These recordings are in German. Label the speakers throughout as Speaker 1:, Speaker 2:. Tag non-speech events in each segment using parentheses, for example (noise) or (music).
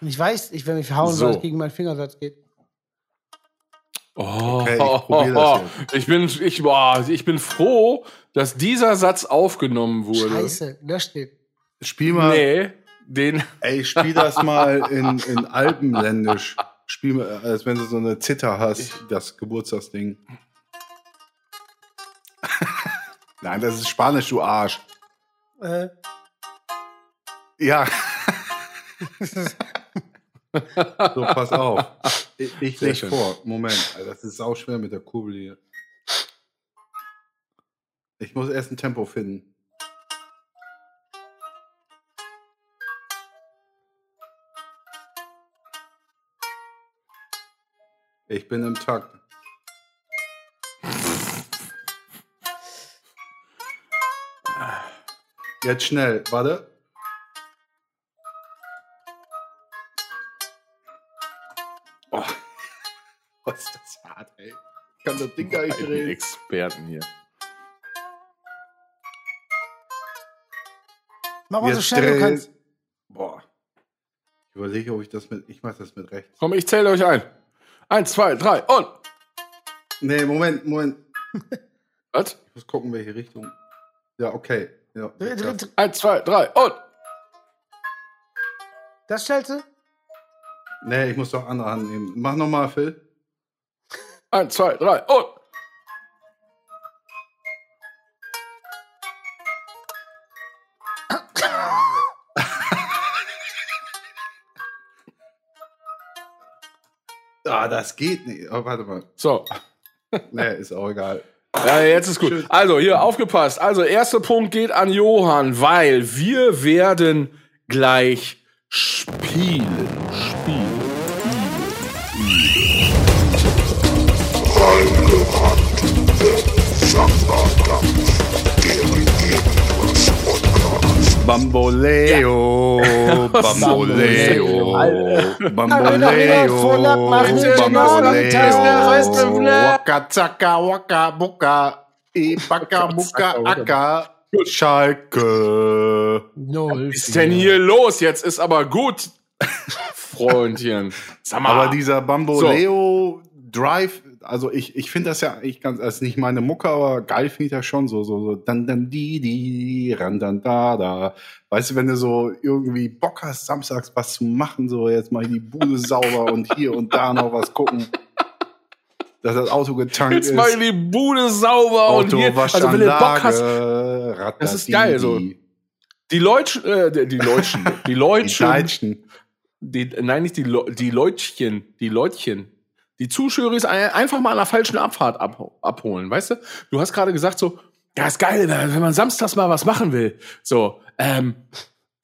Speaker 1: Und ich weiß nicht, wenn ich hauen
Speaker 2: So.
Speaker 1: soll, es gegen meinen Fingersatz geht.
Speaker 2: Oh,
Speaker 3: Okay, ich probier das
Speaker 2: (laughs) ich, bin, ich, boah, ich bin froh, dass dieser Satz aufgenommen wurde.
Speaker 1: Scheiße, da steht.
Speaker 3: Spiel mal,
Speaker 2: Nee, den.
Speaker 3: (laughs) ey, spiel das mal in, in Alpenländisch. Spiel mal, als wenn du so eine Zither hast, das Geburtstagsding. (laughs) Nein, das ist Spanisch, du Arsch.
Speaker 1: Äh,
Speaker 3: Ja. so, pass auf. Ich, ich
Speaker 2: Sehr
Speaker 3: lese
Speaker 2: schön.
Speaker 3: vor. Moment, Alter, das ist auch schwer mit der Kurbel hier. Ich muss erst ein Tempo finden. Ich bin im Takt. Jetzt schnell, warte. Oh. (laughs) Was ist das hart, ey? Ich kann das Ding gar nicht
Speaker 2: Einen (laughs)
Speaker 3: drehen.
Speaker 2: Experten hier.
Speaker 1: mach mal so
Speaker 3: Jetzt
Speaker 1: schnell du
Speaker 3: dreh-
Speaker 1: kannst.
Speaker 3: Boah. Ich überlege, ob ich das mit. Ich mache das mit rechts.
Speaker 2: Komm, ich zähle euch ein. Eins, zwei, drei und.
Speaker 3: Nee, Moment, Moment.
Speaker 2: Was?
Speaker 3: Ich muss gucken, welche Richtung. Ja, okay. Ja,
Speaker 1: Dr-
Speaker 3: krass.
Speaker 1: dr-
Speaker 2: Eins, zwei, drei und.
Speaker 1: Das stellte.
Speaker 3: nee, ich muss doch andere Hand nehmen. Mach nochmal, Phil.
Speaker 2: Eins, zwei, drei und.
Speaker 3: Ah, das geht nicht. Oh, warte mal.
Speaker 2: So,
Speaker 3: Nee, ist auch egal.
Speaker 2: ja, jetzt ist gut.
Speaker 3: Schön.
Speaker 2: Also, hier, aufgepasst. Also, erster Punkt geht an Johann, weil wir werden gleich spielen. Spielen.
Speaker 3: Bamboleo, Bamboleo,
Speaker 1: Alter, Vorlag machen,
Speaker 3: Bamboleo,
Speaker 1: genau nach der Taste, weißt du,
Speaker 3: Bamboleo,
Speaker 1: ne?
Speaker 3: Waka Zaka, Waka Buka, Ibaka Muka Aka, Schalke.
Speaker 1: Null.
Speaker 2: Was ist denn hier los? Jetzt ist aber gut, Freundchen. (laughs) Sag mal.
Speaker 3: Aber dieser Bamboleo Drive, also ich, ich finde das ja eigentlich ganz, das ist nicht meine Mucke, aber geil finde ich das schon so, so, so, dann, dann, die, die, ran, dann, da, da. Weißt du, wenn du so irgendwie Bock hast, samstags was zu machen, so, jetzt mach ich die
Speaker 2: (laughs)
Speaker 3: Bude sauber und hier und da noch was gucken. Dass das Auto getankt
Speaker 2: Jetzt
Speaker 3: ist.
Speaker 2: mal die Bude sauber und
Speaker 3: Auto,
Speaker 2: hier. Also, wenn du Bock hast,
Speaker 3: Waschanlage,
Speaker 2: Das ist geil, so.
Speaker 3: Die,
Speaker 2: die Leutschen, äh, die Leutschen, die
Speaker 3: die
Speaker 2: Leutschen,
Speaker 3: Deutschen.
Speaker 2: die, nein, nicht die, Le die Leutchen, die Leutchen. Die Zuschauer ist ein- einfach mal an der falschen Abfahrt ab, abholen, weißt du? Du hast gerade gesagt so, ja, ist geil, wenn man samstags mal was machen will. So, ähm,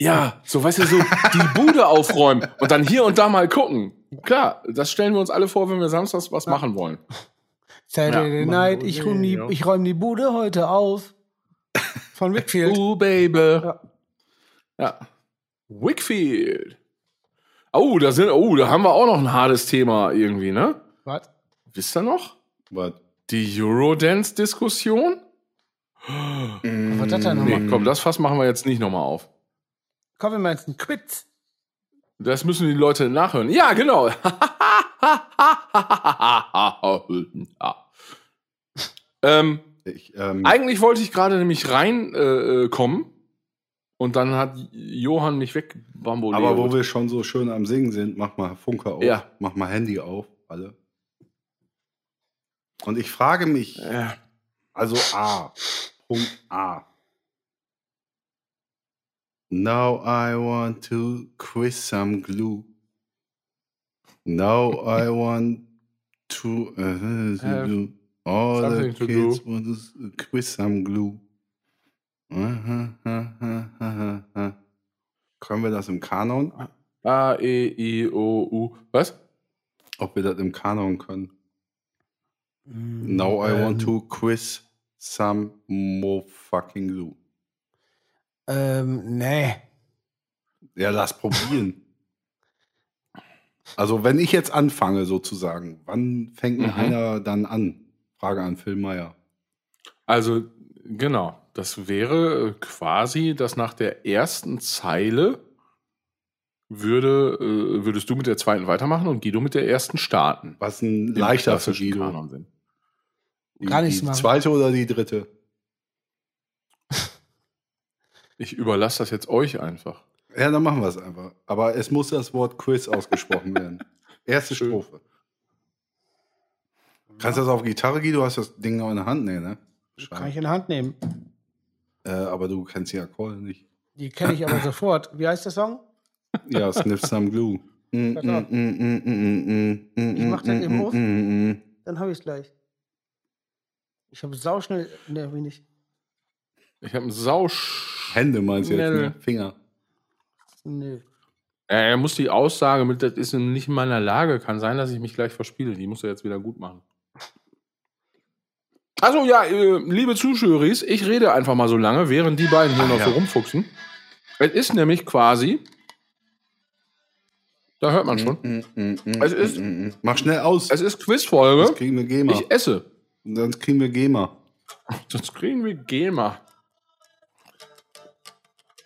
Speaker 2: ja, so, weißt du, so die Bude aufräumen und dann hier und da mal gucken. Klar, das stellen wir uns alle vor, wenn wir samstags was machen wollen.
Speaker 1: Saturday
Speaker 2: Ja,
Speaker 1: Night,
Speaker 2: Mann,
Speaker 1: ich
Speaker 2: oh
Speaker 1: räume
Speaker 2: nee,
Speaker 1: die,
Speaker 2: ja.
Speaker 1: ich räum die Bude heute auf. Von
Speaker 2: (laughs)
Speaker 1: Wickfield.
Speaker 2: Oh, Baby.
Speaker 1: Ja.
Speaker 2: Ja. Wickfield. Oh, da sind, oh, da haben wir auch noch ein hartes Thema irgendwie, ne?
Speaker 1: Was?
Speaker 2: Wisst ihr noch?
Speaker 3: Was?
Speaker 2: Die Eurodance-Diskussion?
Speaker 1: Was hat er nochmal?
Speaker 2: Nee,
Speaker 3: Mm, Mhm.
Speaker 2: komm, das Fass machen wir jetzt nicht nochmal auf.
Speaker 1: Komm, wir machen jetzt einen Quiz.
Speaker 2: Das müssen die Leute nachhören. Ja, genau. (laughs) Ja. ähm,
Speaker 3: Ich, ähm,
Speaker 2: eigentlich wollte ich gerade nämlich reinkommen äh, kommen und dann hat Johann mich wegbamboleert.
Speaker 3: Aber wo wir schon so schön am Singen sind, mach mal Funke auf,
Speaker 2: Ja.
Speaker 3: mach mal Handy auf, alle. Und ich frage mich,
Speaker 2: Ja.
Speaker 3: also A, Punkt A. Now I want to quiz some glue. Now
Speaker 2: (laughs)
Speaker 3: I want to, uh, to
Speaker 2: Have
Speaker 3: do. All
Speaker 2: Äh, something
Speaker 3: the
Speaker 2: to
Speaker 3: kids
Speaker 2: do.
Speaker 3: want to s- quiz some glue. Äh, Können wir das im Kanon?
Speaker 2: A, E, I, O, U. Was?
Speaker 3: ob wir das im Kanon können.
Speaker 2: Mm,
Speaker 3: Now I
Speaker 2: Ähm.
Speaker 3: want to quiz some more fucking glue.
Speaker 1: Ähm, nee.
Speaker 3: Ja, lass probieren. also, wenn ich jetzt anfange, sozusagen, wann fängt denn
Speaker 2: Mhm.
Speaker 3: einer dann an? Frage an Phil Meyer.
Speaker 2: Also, genau. Das wäre äh, quasi, dass nach der ersten Zeile würde, äh, würdest du mit der zweiten weitermachen und Guido mit der ersten starten.
Speaker 3: Was ein leichter für
Speaker 2: klassischen
Speaker 3: Guido.
Speaker 2: Kanon sind.
Speaker 3: Die,
Speaker 1: Gar nichts
Speaker 3: die
Speaker 1: machen.
Speaker 3: zweite oder die dritte?
Speaker 2: Ich überlasse das jetzt euch einfach.
Speaker 3: Ja, dann machen wir es einfach. Aber es muss das Wort
Speaker 2: (laughs)
Speaker 3: Quiz ausgesprochen werden. Erste
Speaker 2: Schön.
Speaker 3: Strophe. Kannst du das auf Gitarre, Guido? Du hast das Ding noch in der Hand? Nee, ne?
Speaker 1: Kann ich in die Hand nehmen.
Speaker 3: Äh, aber du kennst die Akkorde nicht.
Speaker 1: Die kenne ich
Speaker 2: (laughs)
Speaker 1: aber sofort. Wie heißt der Song?
Speaker 3: Ja, Sniff Some Glue. Ich
Speaker 1: Pass auf.
Speaker 3: mm,
Speaker 1: Ich mach das eben auf.
Speaker 3: mm.
Speaker 1: Dann habe ich es gleich. Ich habe sauschnell. Ne, hab ich nicht.
Speaker 2: Ich habe einen Sausch.
Speaker 3: Hände meinst du jetzt,
Speaker 2: Nee,
Speaker 3: ne? Finger.
Speaker 1: Nö.
Speaker 2: Er muss die Aussage mit, das ist nicht in meiner Lage. Kann sein, dass ich mich gleich verspiele. Die muss er jetzt wieder gut machen. Also ja, äh, liebe Zuschauer, ich rede einfach mal so lange, während die beiden hier noch
Speaker 3: ja.
Speaker 2: so rumfuchsen. Es ist nämlich quasi, da hört man schon,
Speaker 3: Mm,
Speaker 2: Es ist-
Speaker 3: Mach schnell aus.
Speaker 2: es ist
Speaker 3: Sonst
Speaker 2: Quizfolge.
Speaker 3: kriegen wir GEMA.
Speaker 2: Ich esse.
Speaker 3: Sonst kriegen wir GEMA.
Speaker 2: Sonst kriegen wir GEMA.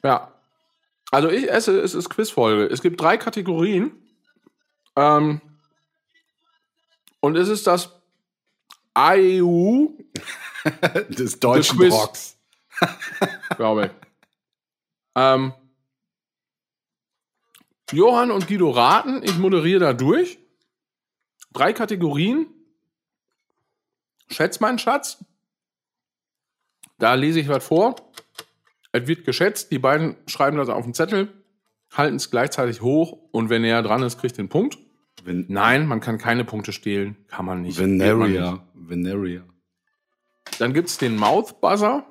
Speaker 2: Ja. Also ich esse, es ist Quizfolge. Es gibt drei Kategorien. Ähm, und es ist das E AEU,
Speaker 3: Des deutschen
Speaker 2: Quiz.
Speaker 3: Rocks.
Speaker 2: glaube ich. ähm, Johann und Guido raten. Ich moderiere da durch. Drei Kategorien. Schätz meinen Schatz. Da lese ich was vor. Es wird geschätzt. Die beiden schreiben das auf den Zettel, halten es gleichzeitig hoch und wer näher dran ist, kriegt den Punkt.
Speaker 3: Vin
Speaker 2: Nein, man kann keine Punkte stehlen. Kann man nicht. Geht man nicht.
Speaker 3: Veneria. Veneria.
Speaker 2: Dann gibt es den Mouth Buzzer.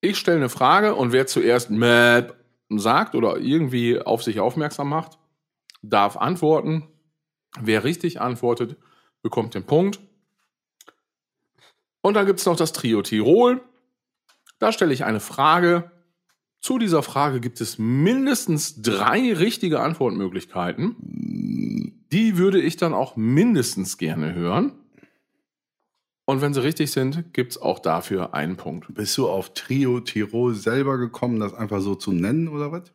Speaker 2: Ich stelle eine Frage und wer zuerst Mäp sagt oder irgendwie auf sich aufmerksam macht, darf antworten. Wer richtig antwortet, bekommt den Punkt. Und dann gibt es noch das Trio Tirol. Da stelle ich eine Frage. Zu dieser Frage gibt es mindestens drei richtige Antwortmöglichkeiten. Die würde ich dann auch mindestens gerne hören. Und wenn sie richtig sind, gibt es auch dafür einen Punkt.
Speaker 3: Bist du auf Trio Tirol selber gekommen, das einfach so zu nennen oder was?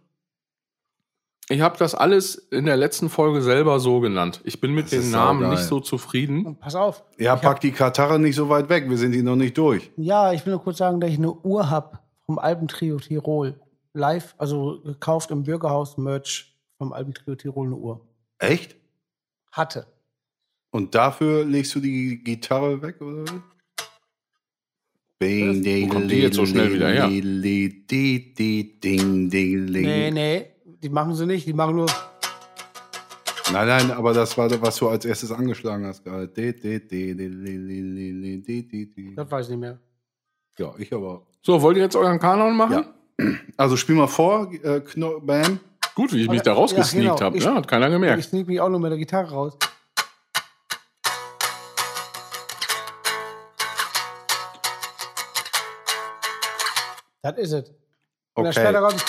Speaker 2: Ich habe das alles in der letzten Folge selber so genannt. Ich bin mit
Speaker 3: Das
Speaker 2: den
Speaker 3: ist
Speaker 2: Namen
Speaker 3: saugeil.
Speaker 2: nicht so zufrieden.
Speaker 1: Und pass auf.
Speaker 3: Ja,
Speaker 1: Ich
Speaker 3: pack die Kartarre nicht so weit weg, wir sind hier noch nicht durch.
Speaker 1: Ja, ich will nur kurz sagen, dass ich eine Uhr habe vom Albentrio Tirol. Live, also gekauft im Bürgerhaus Merch vom Albentrio Tirol eine Uhr.
Speaker 3: Echt?
Speaker 1: Hatte.
Speaker 3: Und dafür legst du die Gitarre weg, oder? Bing, ding,
Speaker 2: kommt die jetzt so schnell wieder her?
Speaker 3: Ding, ding, ding, ding,
Speaker 1: Nee,
Speaker 3: ding.
Speaker 1: nee, die machen sie nicht. Die machen nur.
Speaker 3: Nein, nein, aber das war, das, was du als erstes angeschlagen hast gerade. Di, di, di, di, li, li, li, li, di, di, di.
Speaker 1: Das weiß ich nicht mehr.
Speaker 3: Ja, ich aber.
Speaker 2: So, wollt ihr jetzt euren Kanon machen?
Speaker 3: Ja. Also spiel mal vor, äh, Kno Bam.
Speaker 2: Gut, wie ich mich da rausgesneakt
Speaker 1: Ja, genau.
Speaker 2: habe.
Speaker 1: Ich-
Speaker 2: Ja, hat keiner
Speaker 1: Ich
Speaker 2: gemerkt.
Speaker 1: sneak mich auch nur mit der Gitarre raus. Das ist es. Und dann später
Speaker 3: Okay.
Speaker 1: kommt.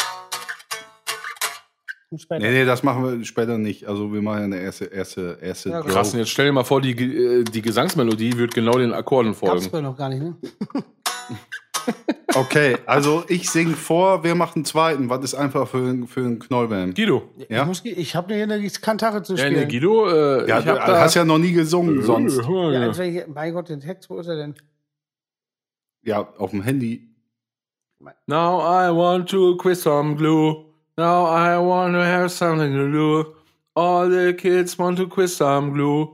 Speaker 1: Und später.
Speaker 3: Nee, nee, das machen wir später nicht. Also wir machen ja eine erste, erste, erste.
Speaker 1: Ja,
Speaker 3: Go.
Speaker 2: Krass, und jetzt stell dir mal vor, die, Ge- äh, die Gesangsmelodie wird genau den Akkorden
Speaker 1: Gab's
Speaker 2: folgen.
Speaker 1: vorher noch gar nicht, ne?
Speaker 3: Okay, also ich sing vor, wer macht einen zweiten? Was ist einfach für, für einen Knollbam?
Speaker 2: Gido.
Speaker 3: Ja?
Speaker 1: Ich, muss, ge- ich habe hier eine Kantare zu
Speaker 2: Ja,
Speaker 1: spielen.
Speaker 2: nee, Guido, äh,
Speaker 3: Ja,
Speaker 2: ich hab
Speaker 3: du
Speaker 2: da,
Speaker 3: hast ja also noch nie gesungen sonst.
Speaker 1: Ja,
Speaker 2: Ja,
Speaker 1: als wenn ich, mein Gott, den Text, wo ist er denn?
Speaker 3: Ja, auf dem Handy.
Speaker 2: Now I want to quiz some glue. Now I want to have something to do. All the kids want to quiz some glue.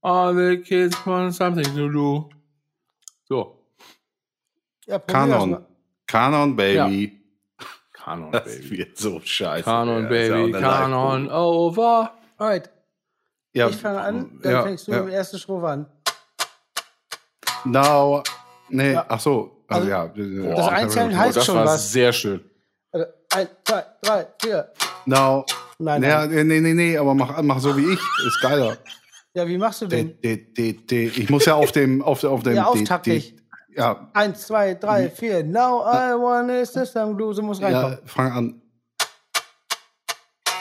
Speaker 2: All the kids want something to do. So.
Speaker 1: Ja, probier das
Speaker 3: Kanon.
Speaker 1: mal.
Speaker 3: Kanon, Baby.
Speaker 2: Kanon,
Speaker 3: (laughs) Das wird so scheiße.
Speaker 2: Kanon,
Speaker 3: Ja, das ist ja auch
Speaker 2: Baby.
Speaker 3: eine
Speaker 2: Kanon over.
Speaker 1: Alright,
Speaker 3: Live-Probe. Ja,
Speaker 1: ich fange an, dann
Speaker 3: ja,
Speaker 1: fängst du
Speaker 3: ja.
Speaker 1: mit der ersten Strophe an.
Speaker 3: Now. Nee,
Speaker 1: Ja.
Speaker 3: ach so. Also,
Speaker 1: Also,
Speaker 3: ja.
Speaker 1: Das Einzählen heißt
Speaker 2: Oh, das
Speaker 1: schon
Speaker 2: war
Speaker 1: was.
Speaker 2: sehr schön.
Speaker 1: Also, eins, zwei, drei, vier.
Speaker 3: Now.
Speaker 1: Nein,
Speaker 3: Ja,
Speaker 1: nein.
Speaker 3: nee, nee, nee, nee, aber mach, mach so wie ich. Ist
Speaker 1: (laughs)
Speaker 3: geiler.
Speaker 1: Ja, wie machst du
Speaker 3: De,
Speaker 1: den?
Speaker 3: de, de, de. Ich muss ja auf dem. Auf, auf dem
Speaker 1: Ja,
Speaker 3: de-
Speaker 1: auftaktig.
Speaker 3: de- Ja,
Speaker 1: Eins, zwei, drei, vier. Now I wanna system glue. So muss
Speaker 3: ja,
Speaker 1: reinkommen.
Speaker 3: fang an.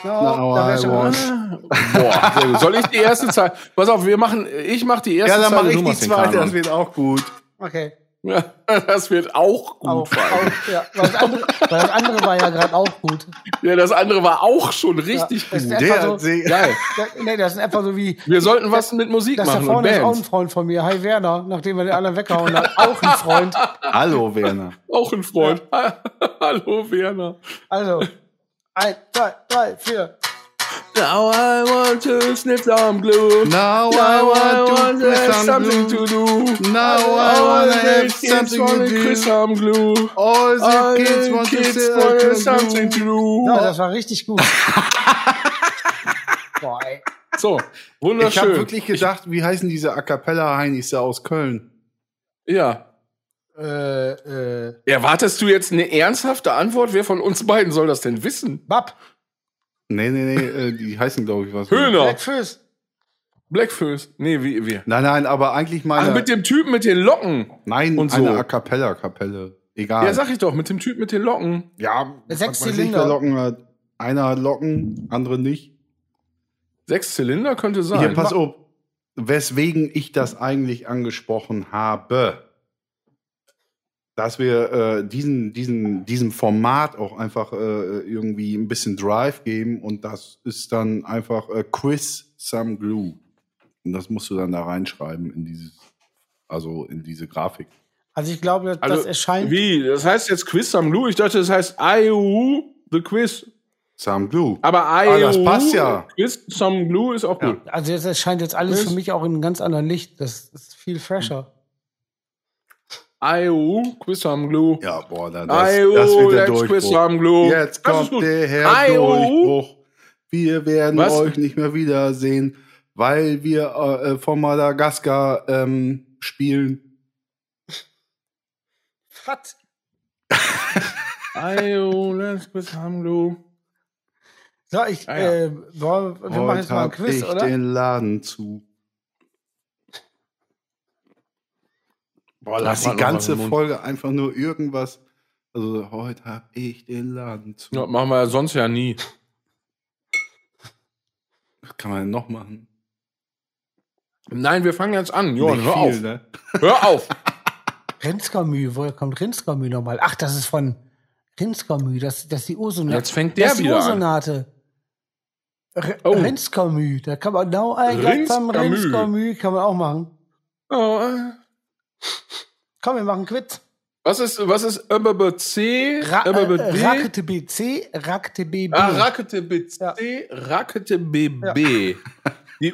Speaker 1: Now,
Speaker 3: Now
Speaker 1: da
Speaker 3: I
Speaker 1: wär schon
Speaker 3: want-
Speaker 2: Boah, sehr gut. Soll ich die erste Zeile? Pass auf, wir machen, ich mach die erste
Speaker 3: Ja, dann
Speaker 1: also
Speaker 2: Zeile,
Speaker 3: mache
Speaker 2: du
Speaker 3: ich die
Speaker 2: machst den
Speaker 3: zweite.
Speaker 2: Kanon.
Speaker 3: Das wird auch gut.
Speaker 1: (laughs) Okay.
Speaker 2: Ja, das wird auch gut.
Speaker 1: Auch,
Speaker 2: vor allem.
Speaker 1: auch, ja. weil, das andere, weil das andere war ja gerade auch gut.
Speaker 2: Ja, das andere war auch schon richtig
Speaker 1: das ist
Speaker 2: gut.
Speaker 3: Der
Speaker 1: einfach
Speaker 3: hat
Speaker 1: so-
Speaker 3: sie.
Speaker 2: Geil.
Speaker 1: Da, nee, das ist einfach so wie.
Speaker 2: Wir sollten was mit Musik
Speaker 1: Das da
Speaker 2: machen und
Speaker 1: vorne ist auch ein
Speaker 2: Bands.
Speaker 1: Freund von mir. Hi Werner, nachdem wir den anderen weggehauen haben. Auch ein Freund.
Speaker 3: Hallo, Werner.
Speaker 2: Auch ein Freund. Hallo Werner.
Speaker 3: (laughs)
Speaker 1: Also, ein, zwei, drei, vier.
Speaker 2: Now I want to sniff some glue.
Speaker 3: Now I
Speaker 2: Now I
Speaker 3: want
Speaker 2: want to
Speaker 3: to do
Speaker 2: have something
Speaker 3: something
Speaker 2: to do.
Speaker 3: Now I
Speaker 2: I
Speaker 3: want
Speaker 2: want
Speaker 3: to have something to
Speaker 2: do.
Speaker 3: do.
Speaker 2: Some glue.
Speaker 3: All the
Speaker 2: All
Speaker 3: kids want to
Speaker 2: kids
Speaker 3: say
Speaker 2: want
Speaker 3: I
Speaker 2: something
Speaker 3: can
Speaker 2: to
Speaker 3: do.
Speaker 2: do.
Speaker 1: Ja, das war richtig gut. Boah, ey.
Speaker 2: So,
Speaker 3: Ich habe
Speaker 2: wunderschön.
Speaker 3: wirklich gedacht, wie heißen diese A cappella Heinis da aus Köln?
Speaker 2: Ja.
Speaker 1: Äh, äh,
Speaker 2: Erwartest du jetzt eine ernsthafte Antwort? Wer von uns beiden soll das denn wissen?
Speaker 1: Bab,
Speaker 3: Nee, nee, nee, äh, die heißen glaube ich
Speaker 2: (laughs)
Speaker 3: was.
Speaker 2: Höhner,
Speaker 1: Black Fuß.
Speaker 2: Blackfist. Nee, wie wir.
Speaker 3: Nein, nein, aber eigentlich meine
Speaker 2: Ach, mit dem Typen mit den Locken.
Speaker 3: Nein,
Speaker 2: Und
Speaker 3: eine
Speaker 2: so.
Speaker 3: A cappella Kapelle. Egal.
Speaker 2: Ja, sag ich doch, mit dem Typ mit den Locken.
Speaker 3: Ja,
Speaker 1: Sechs
Speaker 3: was weiß ich,
Speaker 1: Zylinder.
Speaker 3: wer Locken hat. Einer hat Locken, andere nicht.
Speaker 2: Sechs Zylinder könnte sein.
Speaker 3: Hier, pass auf. Weswegen ich das eigentlich angesprochen habe, dass wir äh, diesen, diesen, diesem Format auch einfach äh, irgendwie ein bisschen Drive geben und das ist dann einfach äh, Quiz Some Glue. Und das musst du dann da reinschreiben in dieses, also in diese Grafik.
Speaker 1: Also ich glaube, das,
Speaker 2: Also,
Speaker 1: das erscheint.
Speaker 2: Wie? Das heißt jetzt Quiz am Lou? Ich dachte, das heißt IOU, The Quiz.
Speaker 3: Some Glue.
Speaker 2: Aber
Speaker 3: Ah,
Speaker 2: IOU,
Speaker 3: das passt ja.
Speaker 2: Quiz am Lou ist auch
Speaker 3: Ja.
Speaker 2: gut.
Speaker 1: Also jetzt erscheint jetzt alles
Speaker 2: Ist-
Speaker 1: für mich auch in einem ganz anderen Licht. Das ist viel fresher.
Speaker 2: IOU, Quiz am Lou.
Speaker 3: Ja, boah, da- das, das
Speaker 2: IOU,
Speaker 3: wird der
Speaker 2: Let's Quiz
Speaker 3: Durchbruch.
Speaker 2: am Lou.
Speaker 3: Jetzt
Speaker 2: Das ist
Speaker 3: kommt
Speaker 2: gut.
Speaker 3: der Herr
Speaker 2: IOU.
Speaker 3: Durchbruch. Wir werden
Speaker 2: Was?
Speaker 3: euch nicht mehr wiedersehen, weil wir äh, äh, von Madagaskar ähm, spielen.
Speaker 1: Was?
Speaker 2: IOU, Let's Quiz am Lou.
Speaker 1: So, ich,
Speaker 2: Ah, ja.
Speaker 1: äh, wollen wir, wir machen jetzt mal ein
Speaker 3: hab
Speaker 1: Quiz,
Speaker 3: ich
Speaker 1: oder?
Speaker 3: den Laden zu. Boah, lass
Speaker 2: mal
Speaker 3: die
Speaker 2: noch
Speaker 3: ganze
Speaker 2: was im Mund.
Speaker 3: Folge einfach nur irgendwas. Also heute hab ich den Laden zu.
Speaker 2: Ja, machen wir ja sonst ja nie.
Speaker 3: Was kann man denn noch machen?
Speaker 2: Nein, wir fangen jetzt an. Johann,
Speaker 3: Nicht
Speaker 2: hör
Speaker 3: viel,
Speaker 2: auf.
Speaker 3: ne?
Speaker 2: Hör
Speaker 3: (laughs)
Speaker 2: auf.
Speaker 1: Rinskamü, woher kommt Rinskamü nochmal? Ach, das ist von Rinskamü, das, das ist die Ursonate.
Speaker 2: Jetzt fängt der
Speaker 1: das ist die
Speaker 2: wieder an.
Speaker 1: Ursonate. R-
Speaker 2: Oh.
Speaker 1: Rinskamü, da kann man genau ein Glas vom
Speaker 2: Rinskamü.
Speaker 1: Rinskamü kann man auch machen.
Speaker 2: Oh, äh.
Speaker 1: Komm, wir machen Quiz.
Speaker 2: Was ist, was ist ÖBB C,
Speaker 1: Ra
Speaker 2: ÖBB
Speaker 1: äh,
Speaker 2: D?
Speaker 1: Rakete BC, Rakete BB.
Speaker 2: Ah, Rakete B,
Speaker 1: Ja.
Speaker 2: C, Rakete BB. Die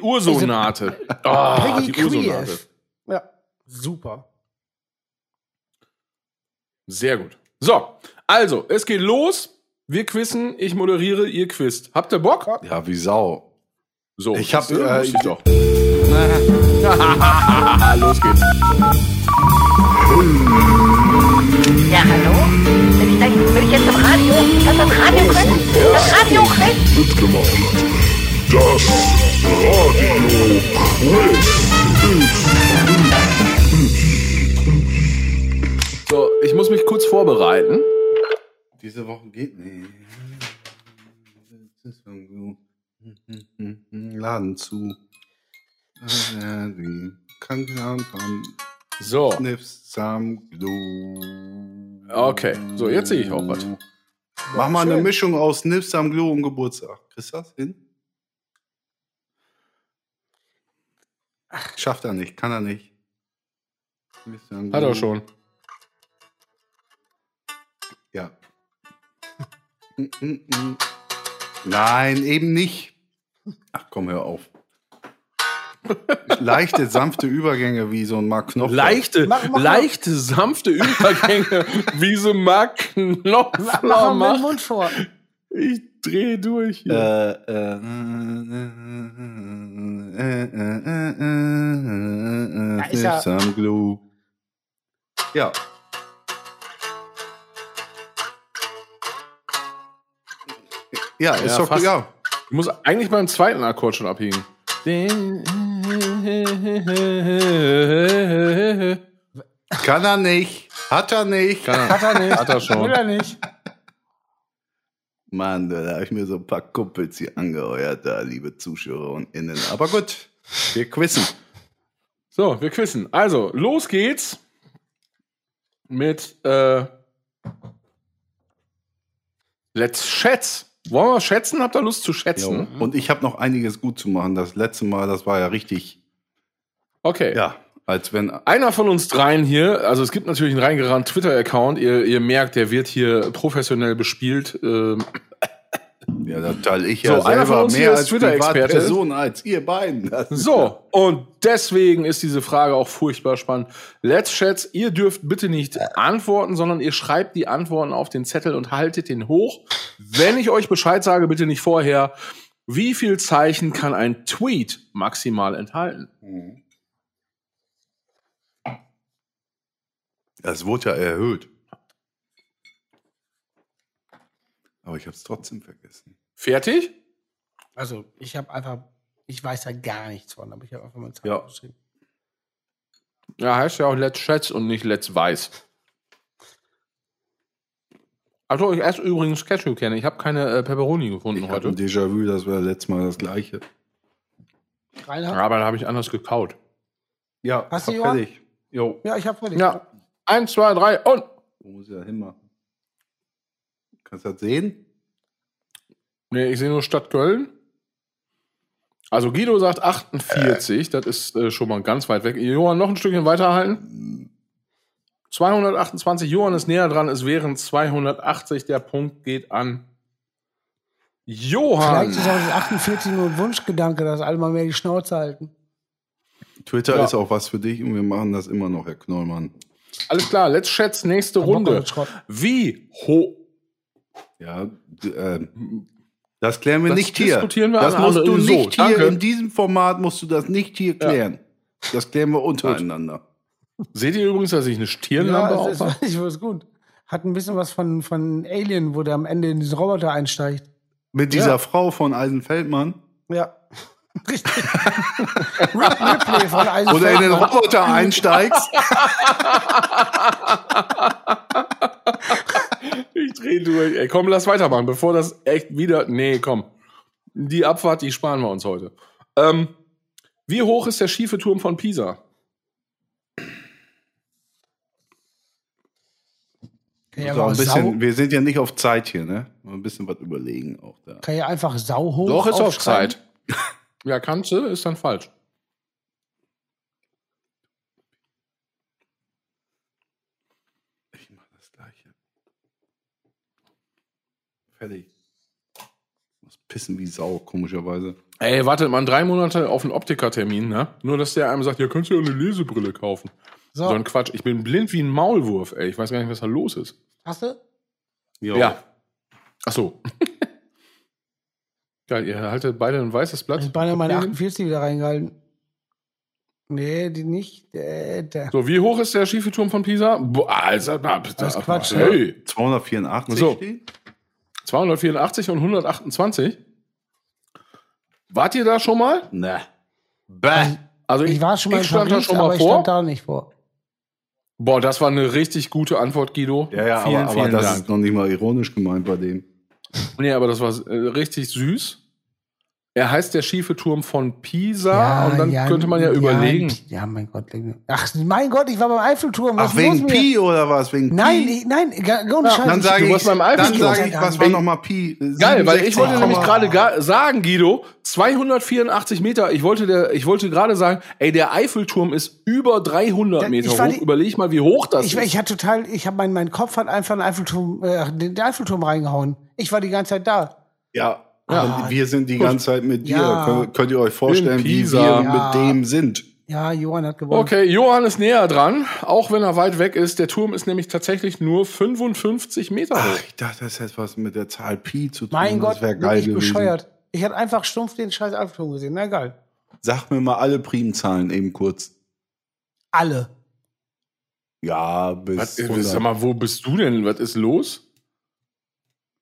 Speaker 1: (laughs)
Speaker 2: Ursonate. Ah,
Speaker 1: Also, Peggy
Speaker 2: die Ursonate.
Speaker 1: Krieff. Ja, super.
Speaker 2: Sehr gut. So, also, es geht los. Wir quissen, ich moderiere, ihr quizt. Habt ihr Bock?
Speaker 3: Ja, wie Sau.
Speaker 2: So,
Speaker 3: Ich hab,
Speaker 2: das, äh,
Speaker 3: äh,
Speaker 2: wusste ich doch.
Speaker 3: los geht's.
Speaker 4: Ja, hallo? Bin ich, da, bin ich jetzt im Radio? Das ist ein Radio Quiz? Das Radio Quiz?
Speaker 2: So, ich muss mich kurz vorbereiten.
Speaker 3: Diese Woche geht nicht. Das ist irgendwo. Laden zu. Äh, die Krankenhaus von
Speaker 2: So,
Speaker 3: Sniffs Sam Glue.
Speaker 2: Okay, so, jetzt sehe ich auch was.
Speaker 3: Mach mal
Speaker 1: schön.
Speaker 3: eine Mischung aus Sniffs Sam Glue und Geburtstag. Kriegst du das hin? Schafft er nicht, kann er nicht. Sniff Sam
Speaker 2: hat er
Speaker 3: Glue.
Speaker 2: schon.
Speaker 3: Ja. Mm, mm, mm. Nein, eben nicht. Ach komm, hör auf. Leichte, sanfte Übergänge wie so ein Mark Knopfler.
Speaker 2: Leichte,
Speaker 1: Mach- mach mal.
Speaker 2: leichte, sanfte Übergänge, (laughs) wie so Mark
Speaker 1: Mach mal mit
Speaker 2: Knopfler
Speaker 1: dem
Speaker 2: macht.
Speaker 1: Mund vor.
Speaker 2: Ich dreh durch
Speaker 3: Äh,
Speaker 2: hier.
Speaker 3: äh, äh, äh, äh, äh, äh, äh, äh, äh,
Speaker 1: ist ja-
Speaker 3: Sniff some glue. Ja. Ja, ist
Speaker 2: Ja,
Speaker 3: doch
Speaker 2: fast.
Speaker 3: ja.
Speaker 2: Ich muss eigentlich beim zweiten Akkord schon abhängen.
Speaker 3: Kann er nicht. Hat er nicht.
Speaker 1: Hat er nicht.
Speaker 2: Hat er schon.
Speaker 1: Will er nicht.
Speaker 3: Mann, da habe ich mir so ein paar Kumpels hier angeheuert, da, liebe Zuschauer und Innen. Aber gut, wir quizzen.
Speaker 2: So, wir quizzen. Also, los geht's. mit äh, Let's Schätz. Wollen wir schätzen? Habt ihr Lust zu schätzen?
Speaker 3: Jo. Mhm. Und ich habe noch einiges gut zu machen. Das letzte Mal, das war ja richtig,
Speaker 2: Okay.
Speaker 3: ja, als wenn.
Speaker 2: Einer von uns dreien hier, also es gibt natürlich einen reingerammten Twitter-Account, ihr, ihr merkt, der wird hier professionell bespielt. Ähm,
Speaker 3: Ja, da teile ich
Speaker 2: So,
Speaker 3: ja
Speaker 2: einer von
Speaker 3: selber
Speaker 2: uns
Speaker 3: mehr
Speaker 2: hier ist
Speaker 3: als
Speaker 2: Twitter-Experte.
Speaker 3: Privatperson als ihr beiden. Das ist ja-
Speaker 2: So, und deswegen ist diese Frage auch furchtbar spannend. Let's Chats, ihr dürft bitte nicht antworten, sondern ihr schreibt die Antworten auf den Zettel und haltet den hoch. Wenn ich euch Bescheid sage, bitte nicht vorher, wie viel Zeichen kann ein Tweet maximal enthalten?
Speaker 3: Das wurde ja erhöht. Aber ich habe es trotzdem vergessen.
Speaker 2: Fertig?
Speaker 1: Also ich habe einfach, ich weiß ja gar nichts von, aber ich habe einfach mal Zeit
Speaker 3: Ja.
Speaker 1: geschrieben.
Speaker 2: Ja, heißt ja auch Let's Chats und nicht Let's Weiß. Also, ich esse übrigens Cashew kenne. Ich habe keine äh, Pepperoni gefunden
Speaker 3: Ich habe
Speaker 2: heute.
Speaker 3: ein Déjà-vu, das war letztes Mal das gleiche.
Speaker 1: Reinhard?
Speaker 2: Aber da habe ich anders gekaut.
Speaker 3: Ja,
Speaker 1: Hast
Speaker 3: hab
Speaker 1: du, Johann?
Speaker 3: fertig. Jo.
Speaker 1: Ja, ich habe fertig.
Speaker 2: Ja. Eins, zwei, drei und.
Speaker 3: Wo muss ich da hinmachen? Kannst du das sehen?
Speaker 2: Nee, ich sehe nur Stadt Köln. Also Guido sagt 48, das ist äh, schon mal ganz weit weg. Johann noch ein Stückchen weiterhalten. 228, Johann ist näher dran, es wären 280, der Punkt geht an Johann.
Speaker 1: Vielleicht
Speaker 3: Ah,
Speaker 1: ist auch das 48 nur ein Wunschgedanke, dass alle mal mehr die Schnauze halten.
Speaker 3: Twitter
Speaker 2: Ja.
Speaker 3: ist auch was für dich und wir machen das immer noch, Herr Knollmann.
Speaker 2: Alles klar, let's schätz, nächste
Speaker 1: Bock
Speaker 2: Runde.
Speaker 1: auf Schrott.
Speaker 2: Wie hoch?
Speaker 3: Ja, d- äh, das klären wir
Speaker 2: Das
Speaker 3: nicht hier.
Speaker 2: diskutieren wir
Speaker 3: das
Speaker 2: an-
Speaker 3: musst
Speaker 2: also
Speaker 3: du
Speaker 2: so,
Speaker 3: nicht hier,
Speaker 2: danke.
Speaker 3: in diesem Format musst du das nicht hier klären. Das klären wir untereinander.
Speaker 2: Seht ihr übrigens, dass ich eine Stirnlampe
Speaker 1: Ja, es
Speaker 2: auf habe?
Speaker 1: ist, (laughs) ich war gut. Hat ein bisschen was von, von Alien, wo der am Ende in diesen Roboter einsteigt.
Speaker 3: Mit dieser Frau von Eisenfeldmann.
Speaker 1: Ja. (laughs) Richtig. Rick Ripley von Eisenfeld.
Speaker 3: Oder in den Roboter einsteigst.
Speaker 2: (laughs) Ich drehe durch. Ey, komm, lass weitermachen, bevor das echt wieder. Nee, komm. Die Abfahrt, die sparen wir uns heute. Ähm, wie hoch ist der schiefe Turm von Pisa?
Speaker 1: Kann ja
Speaker 3: So, ein
Speaker 1: einfach Sau,
Speaker 3: bisschen, wir sind ja nicht auf Zeit hier, ne? Mal ein bisschen was überlegen auch da.
Speaker 1: kann ja einfach Sau hoch.
Speaker 2: Doch, ist auf
Speaker 1: aufschreiben.
Speaker 2: Zeit. (laughs) Ja, kannst du, ist dann falsch.
Speaker 3: Ich mach das gleiche. Fertig. Muss pissen wie Sau, komischerweise.
Speaker 2: Ey, wartet mal drei Monate auf einen Optikertermin, ne? Nur, dass der einem sagt, ja, kannst du ja eine Lesebrille kaufen.
Speaker 1: So,
Speaker 2: So ein Quatsch. Ich bin blind wie ein Maulwurf, ey. Ich weiß gar nicht, was da los ist.
Speaker 1: hast du?
Speaker 2: Ja. Ach so. (laughs) Geil, ihr haltet beide ein weißes Blatt.
Speaker 1: Also Ich beinahe meine
Speaker 2: Papier hin.
Speaker 1: 48 wieder reingehalten. Nee, die nicht. Äh, der.
Speaker 2: So, wie hoch ist der schiefe Turm von Pisa? Boah, also, na,
Speaker 1: Das ist Quatsch,
Speaker 2: Hey,
Speaker 3: 284
Speaker 2: So.
Speaker 3: steht?
Speaker 2: 284 und 128. Wart ihr da schon mal?
Speaker 3: Ne. Bäh.
Speaker 2: Also
Speaker 1: Ich war schon mal
Speaker 2: ich
Speaker 1: in
Speaker 2: stand da
Speaker 1: Paris,
Speaker 2: schon
Speaker 1: aber
Speaker 2: mal
Speaker 1: ich stand
Speaker 2: vor.
Speaker 1: da nicht vor.
Speaker 2: Boah, das war eine richtig gute Antwort, Guido.
Speaker 3: Ja, ja,
Speaker 2: vielen,
Speaker 3: aber, aber
Speaker 2: vielen
Speaker 3: das
Speaker 2: Dank.
Speaker 3: ist noch nicht mal ironisch gemeint bei dem.
Speaker 2: Nee, aber das war äh, richtig süß. Er heißt der schiefe Turm von Pisa und dann könnte man ja, überlegen.
Speaker 1: Ja, mein Gott. leg mir- Ach, mein Gott, ich war beim Eiffelturm. was
Speaker 3: Ach,
Speaker 1: ist los
Speaker 3: wegen
Speaker 1: mit mir?
Speaker 3: Pi oder was? Wegen
Speaker 1: Nein,
Speaker 3: Pi?
Speaker 1: ich, nein, ga- ohne Scheiß.
Speaker 3: Dann
Speaker 1: ich-
Speaker 3: sage
Speaker 2: Du
Speaker 3: ich,
Speaker 2: warst beim
Speaker 3: dann
Speaker 2: Eifelturm.
Speaker 3: sag ich, was war nochmal Pi?
Speaker 2: Geil, weil ich wollte nämlich
Speaker 3: 67,8.
Speaker 2: gerade ga- sagen, Guido, 284 Meter. Ich wollte, der, ich wollte gerade sagen, ey, der Eiffelturm ist über 300
Speaker 1: Da-
Speaker 2: Meter
Speaker 1: ich war
Speaker 2: hoch.
Speaker 1: die-
Speaker 2: Überleg mal, wie hoch das
Speaker 1: Ich,
Speaker 2: ist.
Speaker 1: ich hatte total, ich habe mein, mein Kopf hat einfach den Eiffelturm, äh, den den Eiffelturm reingehauen. Ich war die ganze Zeit da.
Speaker 3: Ja.
Speaker 1: Ja.
Speaker 3: Und wir sind die ganze Zeit mit dir.
Speaker 1: Ja.
Speaker 3: Könnt, könnt ihr euch vorstellen,
Speaker 2: In
Speaker 3: wie wir
Speaker 2: Pisa.
Speaker 1: Ja.
Speaker 3: mit dem sind?
Speaker 1: Ja, Johann hat gewonnen.
Speaker 2: okay, Johann ist näher dran, auch wenn er weit weg ist. Der Turm ist nämlich tatsächlich nur 55 Meter hoch.
Speaker 3: Ach, Also, ich dachte, das hätte was mit der Zahl Pi zu tun.
Speaker 1: Mein
Speaker 3: das
Speaker 1: Gott,
Speaker 3: wäre
Speaker 1: bin
Speaker 3: geil
Speaker 1: ich
Speaker 3: gewesen.
Speaker 1: bescheuert. Ich hatte einfach stumpf den scheiß Eiffelturm gesehen. Na geil.
Speaker 3: Sag mir mal alle Primzahlen eben kurz.
Speaker 1: Alle.
Speaker 3: Ja,
Speaker 2: Was,
Speaker 3: bis
Speaker 2: äh, sag mal, wo bist du denn? Was ist los?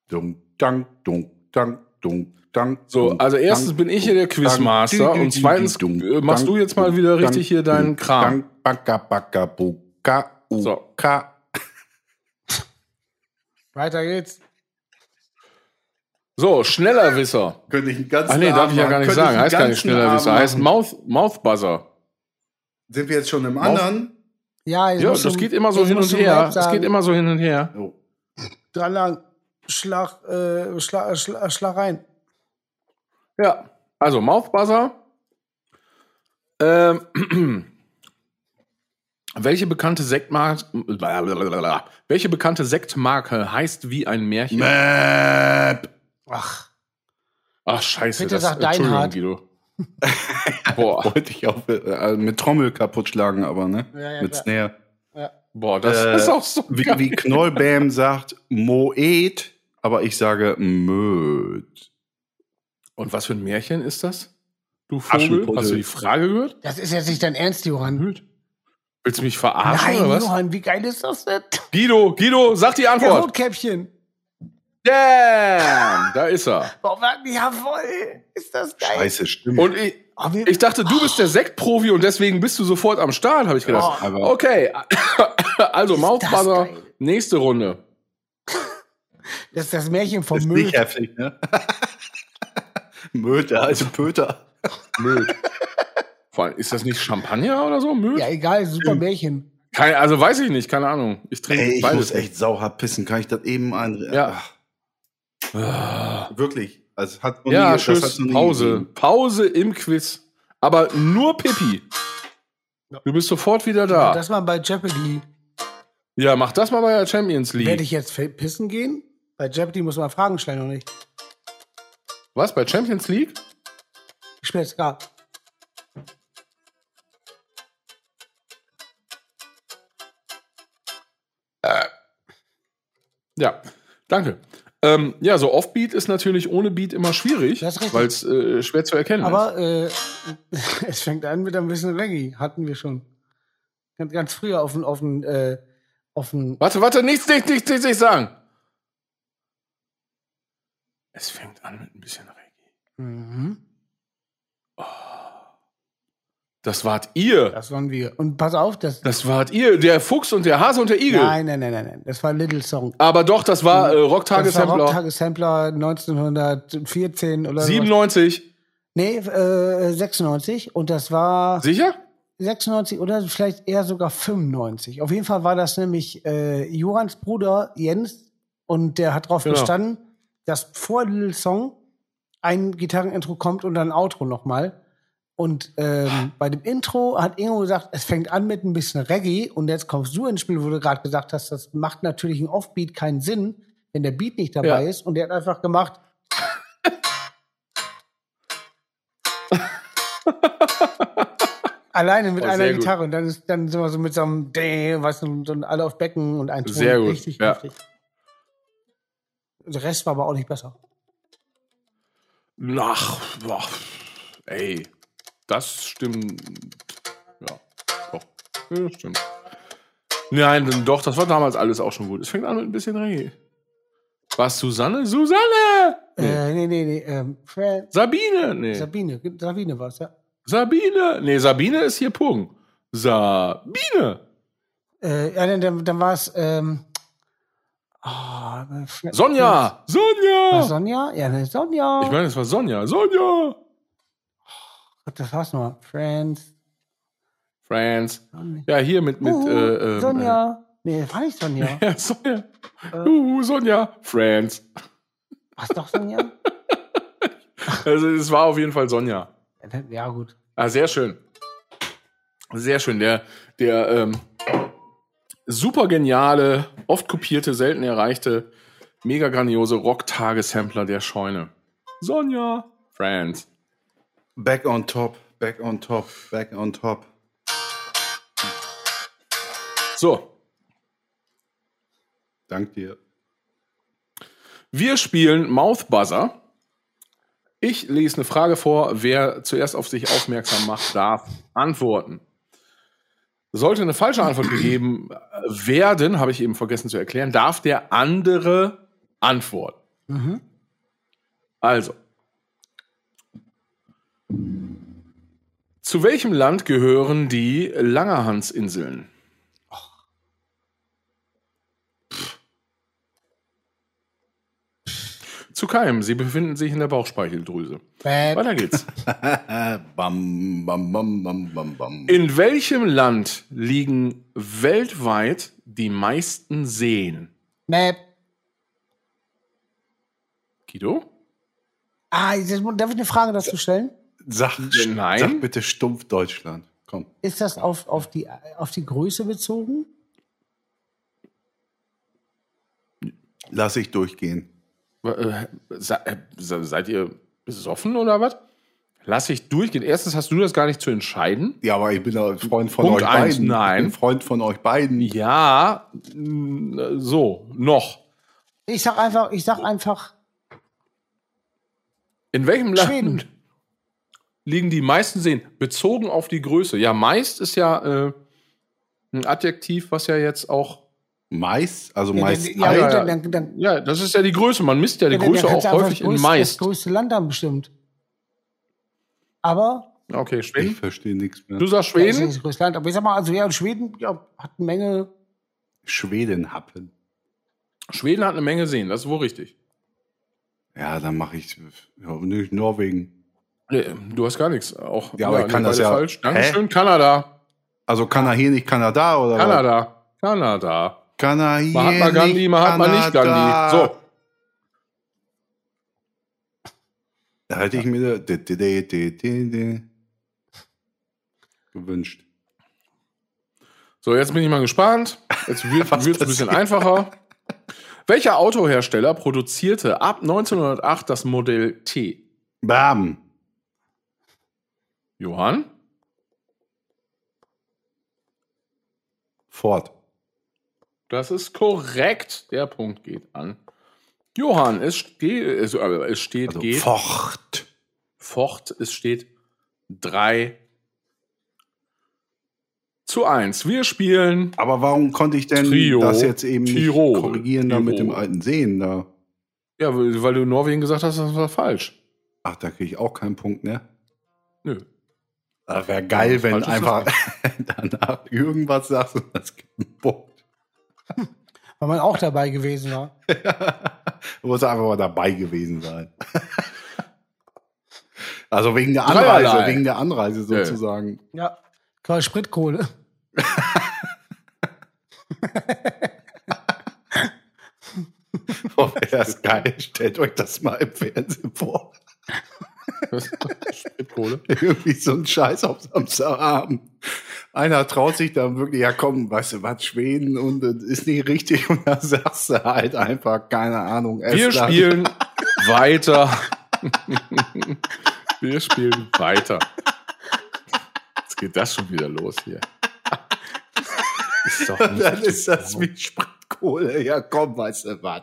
Speaker 3: Dunk, dunk, dunk, dunk, dunk, dunk.
Speaker 2: So,
Speaker 3: dunk,
Speaker 2: also erstens
Speaker 3: dunk,
Speaker 2: bin ich hier der
Speaker 3: dunk,
Speaker 2: Quizmaster
Speaker 3: dunk,
Speaker 2: und zweitens,
Speaker 3: dunk,
Speaker 2: äh, machst
Speaker 3: dunk,
Speaker 2: du jetzt mal
Speaker 3: dunk,
Speaker 2: wieder
Speaker 3: dunk,
Speaker 2: richtig hier deinen
Speaker 3: dunk,
Speaker 2: Kram.
Speaker 3: dunk, Baka, baka, buka,
Speaker 2: So.
Speaker 3: uka.
Speaker 1: Weiter geht's.
Speaker 2: So, schneller Wisser.
Speaker 3: Könnte ich einen ganzen
Speaker 2: Ach nee, darf
Speaker 3: Abend
Speaker 2: ich ja gar
Speaker 3: machen.
Speaker 2: nicht
Speaker 3: Könnte
Speaker 2: sagen.
Speaker 3: Ah, ich einen
Speaker 2: Heißt gar nicht
Speaker 3: ganzen
Speaker 2: schneller Wisser.
Speaker 3: Abend
Speaker 2: Heißt
Speaker 3: machen.
Speaker 2: Mouth, Mouthbuzzer.
Speaker 3: Sind wir jetzt schon im anderen?
Speaker 1: Ja, ich
Speaker 2: Ja,
Speaker 1: muss
Speaker 2: das
Speaker 1: schon-
Speaker 2: geht immer so
Speaker 1: ich
Speaker 2: hin
Speaker 1: muss
Speaker 2: und
Speaker 1: schon
Speaker 2: her.
Speaker 1: direkt
Speaker 2: Das
Speaker 1: sagen,
Speaker 2: geht immer so hin und her.
Speaker 3: Oh.
Speaker 1: Dran lang. Schlag, äh, schlag, schlag, schlag rein.
Speaker 2: Ja, also Mouthbuzzer. Ähm, (clears throat) welche bekannte Sektmarke, welche bekannte Sektmarke heißt wie ein Märchen?
Speaker 3: Map.
Speaker 1: Ach,
Speaker 2: Ach scheiße,
Speaker 1: Bitte
Speaker 2: das
Speaker 1: sag
Speaker 2: Entschuldigung,
Speaker 1: Deinhard.
Speaker 3: (laughs)
Speaker 2: Guido. boah,
Speaker 3: (laughs) Wollte ich auch äh, mit Trommel kaputt schlagen, aber ne?
Speaker 1: Ja, ja,
Speaker 3: mit
Speaker 1: klar.
Speaker 3: Snare.
Speaker 2: boah, das
Speaker 3: Äh,
Speaker 2: ist auch so
Speaker 3: Wie,
Speaker 2: geil.
Speaker 3: wie (laughs) Knollbam sagt, Moet, aber ich sage Möd.
Speaker 2: Und was für ein Märchen ist das? Du Vogel,
Speaker 3: Aschenputtel.
Speaker 2: hast du die Frage gehört?
Speaker 1: das ist jetzt nicht dein Ernst, Johann.
Speaker 2: Willst Hm? du mich verarschen
Speaker 1: Nein,
Speaker 2: oder was?
Speaker 1: Johann, wie geil ist das
Speaker 2: (laughs)
Speaker 1: denn?
Speaker 2: Guido, Guido, sag die
Speaker 1: Der
Speaker 2: Antwort.
Speaker 1: Rotkäppchen.
Speaker 2: Damn, da ist er.
Speaker 1: Boah, Mann, jawohl. Ist das geil.
Speaker 3: Scheiße, stimmt.
Speaker 2: Und ich,
Speaker 1: Oh, wir,
Speaker 2: ich dachte, du bist der Sektprofi und deswegen bist du sofort am Start, habe ich gedacht.
Speaker 3: aber
Speaker 2: Okay, (coughs) also
Speaker 1: Oh. Ist
Speaker 2: Mouthbuzzer,
Speaker 1: das geil.
Speaker 2: nächste Runde.
Speaker 1: das ist das Märchen vom
Speaker 3: ist
Speaker 1: Müll.
Speaker 3: nicht heftig, ne? (laughs) Möd, der alte Pöter.
Speaker 2: Müll. Vor allem, ist das nicht Champagner oder so? Müll?
Speaker 1: Ja, egal, super Märchen.
Speaker 2: Kein, also weiß ich nicht, keine Ahnung. Ich trinke
Speaker 3: Ey, ich
Speaker 2: beides.
Speaker 3: muss echt sauhart pissen. Kann ich das eben ein?
Speaker 2: Ja.
Speaker 3: Ach, wirklich. Also, es hat noch nie-
Speaker 2: ja,
Speaker 3: das
Speaker 2: tschüss,
Speaker 3: hat's noch nie
Speaker 2: Pause.
Speaker 3: gegeben.
Speaker 2: Pause im Quiz. Aber nur Pippi. Du bist sofort wieder da.
Speaker 1: Das mal bei Jeopardy.
Speaker 2: ja, mach das mal bei der Champions
Speaker 1: Werde
Speaker 2: League.
Speaker 1: ich jetzt fe- pissen gehen? Bei Jeopardy muss man Fragen stellen, oder nicht?
Speaker 2: Was, bei Champions League?
Speaker 1: Ich spiele jetzt gar.
Speaker 2: Ja, danke. Ähm, ja, so Offbeat ist natürlich ohne Beat immer schwierig,
Speaker 1: Das ist richtig.
Speaker 2: weil es äh, schwer zu erkennen ist.
Speaker 1: Aber äh, (laughs) es fängt an mit ein bisschen Reggae. Hatten wir schon. Ganz, ganz früher auf dem, auf dem, äh, auf dem.
Speaker 2: Warte, warte, nichts, nichts, nichts, nichts, nichts sagen. Es fängt an mit ein bisschen Reggae.
Speaker 1: Mhm.
Speaker 2: Das wart ihr.
Speaker 1: Das waren wir. Und pass auf, das.
Speaker 2: Das wart ihr. Der Fuchs und der Hase und der Igel.
Speaker 1: Nein, nein, nein, nein, nein. Das war Little Song.
Speaker 2: Aber doch, das war äh,
Speaker 1: Das war
Speaker 2: Rocktagesampler.
Speaker 1: Rocktagesampler 1914 oder so.
Speaker 2: 97.
Speaker 1: Nee, äh, 96. Und das war
Speaker 2: Sicher?
Speaker 1: 96 oder vielleicht eher sogar 95. Auf jeden Fall war das nämlich äh, Jorans Bruder Jens und der hat darauf
Speaker 2: Genau.
Speaker 1: bestanden, dass vor Little Song ein Gitarrenintro kommt und dann ein Outro nochmal. Und ähm, bei dem Intro hat Ingo gesagt, es fängt an mit ein bisschen Reggae und jetzt kommst du ins Spiel, wo du gerade gesagt hast, das macht natürlich ein Offbeat keinen Sinn, wenn der Beat nicht dabei
Speaker 2: Ja.
Speaker 1: ist. Und der hat einfach gemacht, Alleine mit
Speaker 2: Oh,
Speaker 1: einer
Speaker 2: sehr gut.
Speaker 1: Gitarre und dann ist dann sind wir so mit so einem Däh, was und, und alle auf Becken und ein Ton.
Speaker 2: Sehr gut,
Speaker 1: Richtig,
Speaker 2: ja.
Speaker 1: richtig. Der Rest war aber auch nicht besser.
Speaker 2: Ach, boah. ey, das stimmt. Ja, doch. Ja, stimmt. Nein, denn doch, das war damals alles auch schon gut. Es fängt an mit ein bisschen Reggae. Was, Susanne? Susanne! Nee.
Speaker 1: Äh, nee, nee, nee. Ähm, Fra-
Speaker 2: Sabine? Nee.
Speaker 1: Sabine, Sabine war es, ja.
Speaker 2: Sabine? Nee, Sabine ist hier Pung. Sabine!
Speaker 1: Äh, ja, dann, dann, dann war es ähm, ah, äh, Fra-
Speaker 2: Sonja!
Speaker 1: War
Speaker 2: Sonja!
Speaker 1: Sonja? Ja, ne, Sonja.
Speaker 2: Ich meine, es war Sonja. Sonja!
Speaker 1: Gott, das war's nochmal. Friends.
Speaker 2: Friends.
Speaker 1: Sonja.
Speaker 2: Ja, hier mit, mit,
Speaker 1: Uhu,
Speaker 2: äh, ähm,
Speaker 1: Sonja. Äh. Nee, das war nicht Sonja.
Speaker 2: (laughs) Äh, ja, Sonja. Uh, Sonja. Friends.
Speaker 1: War's doch Sonja?
Speaker 2: Also, es war auf jeden Fall Sonja.
Speaker 1: Ja, dann- ja, gut.
Speaker 2: Ah, sehr schön. Sehr schön. Der, der ähm, super geniale, oft kopierte, selten erreichte, mega grandiose Rock-Tage-Sampler der Scheune. Sonja. Friends.
Speaker 3: Back on top, back on top, back on top.
Speaker 2: So,
Speaker 3: Dank dir.
Speaker 2: wir spielen Mouthbuzzer. Ich lese eine Frage vor. Wer zuerst auf sich aufmerksam macht, darf antworten. Sollte eine falsche Antwort gegeben werden, habe ich eben vergessen zu erklären, darf der andere antworten.
Speaker 1: Mhm.
Speaker 2: Also. Zu welchem Land gehören die Langerhansinseln? Pff. Zu keinem. Sie befinden sich in der Bauchspeicheldrüse.
Speaker 1: Bäh.
Speaker 2: Weiter geht's.
Speaker 3: Äh, bam, bam, bam, bam, bam, bam.
Speaker 2: In welchem Land liegen weltweit die meisten Seen?
Speaker 1: Bäh.
Speaker 2: Guido?
Speaker 1: Ah, jetzt, mu- darf ich eine Frage dazu stellen?
Speaker 3: Sag,
Speaker 2: Nein.
Speaker 3: sag bitte stumpf Deutschland. Komm.
Speaker 1: Ist das auf, auf, die, auf die Größe bezogen?
Speaker 3: Lass ich durchgehen.
Speaker 2: Äh, se- äh, se- Seid ihr besoffen oder was? Lass ich durchgehen. Erstens hast du das gar nicht zu entscheiden.
Speaker 3: Ja, aber ich bin ein Freund von
Speaker 2: Punkt
Speaker 3: euch
Speaker 2: eins,
Speaker 3: beiden.
Speaker 2: nein.
Speaker 3: Ich bin Freund von euch beiden.
Speaker 2: Ja, mh, so, noch.
Speaker 1: Ich sag einfach, ich sag einfach,
Speaker 2: In welchem Land
Speaker 1: Schweden.
Speaker 2: liegen die meisten Seen? Bezogen auf die Größe. Ja, meist ist ja äh, ein Adjektiv, was ja jetzt auch.
Speaker 3: Mais, also
Speaker 1: ja,
Speaker 3: Mais.
Speaker 1: dann, ja,
Speaker 2: Ah, ja,
Speaker 1: dann,
Speaker 2: ja.
Speaker 1: dann, dann,
Speaker 2: Ja, das ist ja die Größe. Man misst ja die
Speaker 1: dann, dann
Speaker 2: Größe
Speaker 1: kannst
Speaker 2: auch
Speaker 1: du einfach
Speaker 2: häufig
Speaker 1: das
Speaker 2: in
Speaker 1: größte-
Speaker 2: meist.
Speaker 1: Das größte Land haben bestimmt. Aber
Speaker 2: Okay,
Speaker 3: Ich
Speaker 2: Schweden.
Speaker 3: verstehe nichts mehr.
Speaker 2: Du sagst
Speaker 1: Ja, ist ja
Speaker 2: Schweden?
Speaker 1: nicht das größte Land. Aber ich sag mal, also ja, und Schweden ja, hat eine Menge.
Speaker 3: Schweden happen.
Speaker 2: Schweden hat eine Menge Seen, das ist wohl richtig.
Speaker 3: Ja, dann mache ich ja, nicht Norwegen.
Speaker 2: Nee, Du hast gar nichts. Auch,
Speaker 3: Ja, aber ich kann
Speaker 2: nee,
Speaker 3: das
Speaker 2: beide
Speaker 3: ja-
Speaker 2: Falsch.
Speaker 3: Hä?
Speaker 2: Dankeschön, Kanada.
Speaker 3: Also kann er hier nicht Kanada oder was?
Speaker 2: Kanada. Kanada.
Speaker 3: Kann er hier
Speaker 2: Mahatma Gandhi,
Speaker 3: nicht
Speaker 2: Mahatma nicht Gandhi.
Speaker 3: Kanada?
Speaker 2: So,
Speaker 3: Da hätte ich mir de, de, de, de, de, de. gewünscht.
Speaker 2: So, jetzt bin ich mal gespannt.
Speaker 3: (laughs)
Speaker 2: Jetzt wird es
Speaker 3: Was
Speaker 2: ein bisschen
Speaker 3: passiert?
Speaker 2: einfacher. Welcher Autohersteller produzierte ab 1908 das Modell T?
Speaker 3: Bam.
Speaker 2: Johann?
Speaker 3: Fort.
Speaker 2: Das ist korrekt. Der Punkt geht an. Johann, es, ste es, äh, es steht
Speaker 3: Also
Speaker 2: geht.
Speaker 3: Fort.
Speaker 2: Fort, es steht 3 zu 1. Wir spielen.
Speaker 3: Aber warum konnte ich denn
Speaker 2: Trio.
Speaker 3: das jetzt eben
Speaker 2: Tirol.
Speaker 3: nicht korrigieren da mit
Speaker 2: Tirol.
Speaker 3: dem alten Sehen da?
Speaker 2: Ja, weil weil du Norwegen gesagt hast, das war falsch.
Speaker 3: Ach, da kriege ich auch keinen Punkt, ne?
Speaker 2: Nö.
Speaker 3: Das wäre geil, wenn
Speaker 2: Falsch ist
Speaker 3: einfach (laughs) danach irgendwas sagst und das gibt einen Punkt.
Speaker 1: Weil man auch dabei gewesen war.
Speaker 3: Du musst einfach mal dabei gewesen sein. also wegen der
Speaker 2: Dreierlei.
Speaker 3: Anreise, wegen der Anreise
Speaker 2: Ja.
Speaker 3: sozusagen.
Speaker 1: Ja. Klar, Spritkohle.
Speaker 3: (laughs) Oh, wär das geil. Stellt euch das mal im Fernsehen vor.
Speaker 2: (laughs) Spritkohle.
Speaker 3: Irgendwie so ein Scheiß auf Samstagabend. Einer traut sich dann wirklich, ja komm, weißt du was, Schweden und das ist nicht richtig. Und dann sagst du halt einfach, keine Ahnung.
Speaker 2: Wir
Speaker 3: Estland.
Speaker 2: spielen weiter. (laughs) Wir spielen weiter. Jetzt geht das schon wieder los
Speaker 3: (laughs)
Speaker 2: hier. Ist doch nicht
Speaker 3: Dann
Speaker 2: zu
Speaker 3: ist das
Speaker 2: glauben.
Speaker 3: wie Spritkohle. Ja komm, weißt du was.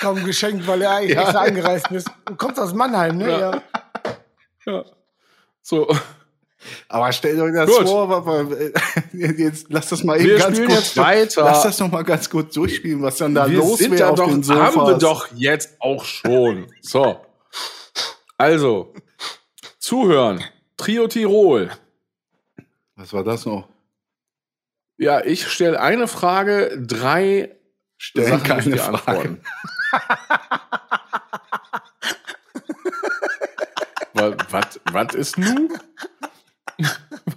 Speaker 1: Kaum geschenkt, weil er eigentlich extra angereist ist. Du kommst aus Mannheim, ne? Ja.
Speaker 2: ja. So,
Speaker 3: Aber stellt euch das
Speaker 2: Gut.
Speaker 3: vor, wa- wa- (laughs) jetzt lasst das mal eben
Speaker 2: Wir
Speaker 3: ganz
Speaker 2: spielen
Speaker 3: kurz
Speaker 2: jetzt weiter.
Speaker 3: Lasst das noch mal ganz kurz durchspielen, was dann da
Speaker 2: wir
Speaker 3: los
Speaker 2: sind
Speaker 3: wäre
Speaker 2: da
Speaker 3: auf
Speaker 2: doch,
Speaker 3: den Sofas.
Speaker 2: haben wir doch jetzt auch schon. So. Also, zuhören. Trio Tirol.
Speaker 3: Was war das noch?
Speaker 2: Ja, ich stelle eine Frage, drei
Speaker 3: Stellen
Speaker 2: Sachen müsst
Speaker 3: keine
Speaker 2: ihr
Speaker 3: Fragen.
Speaker 2: antworten. Wa- wat- wat ist nu?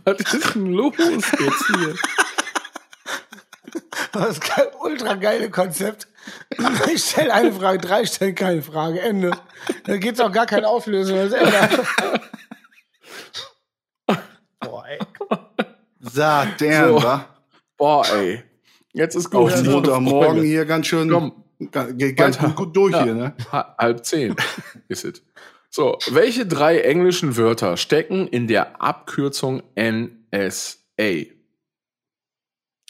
Speaker 2: Was ist denn los jetzt hier?
Speaker 1: Das ist kein ultra geile Konzept. (laughs) Ich stelle eine Frage, drei stellen keine Frage. Ende. Da geht's auch gar kein Auflösen. Das Ende. Boah, ey.
Speaker 3: Sagt der,
Speaker 2: So.
Speaker 3: wa?
Speaker 2: Boah, ey. Jetzt ist gut.
Speaker 3: Auf
Speaker 2: liebe
Speaker 3: Montagmorgen
Speaker 2: Freunde.
Speaker 3: hier ganz schön
Speaker 2: Komm.
Speaker 3: ga- geht ganz
Speaker 2: Weiter.
Speaker 3: gut, durch
Speaker 2: Ja.
Speaker 3: hier, ne?
Speaker 2: Ha- Halb zehn ist es. So, welche drei englischen Wörter stecken in der Abkürzung NSA?
Speaker 3: Äh,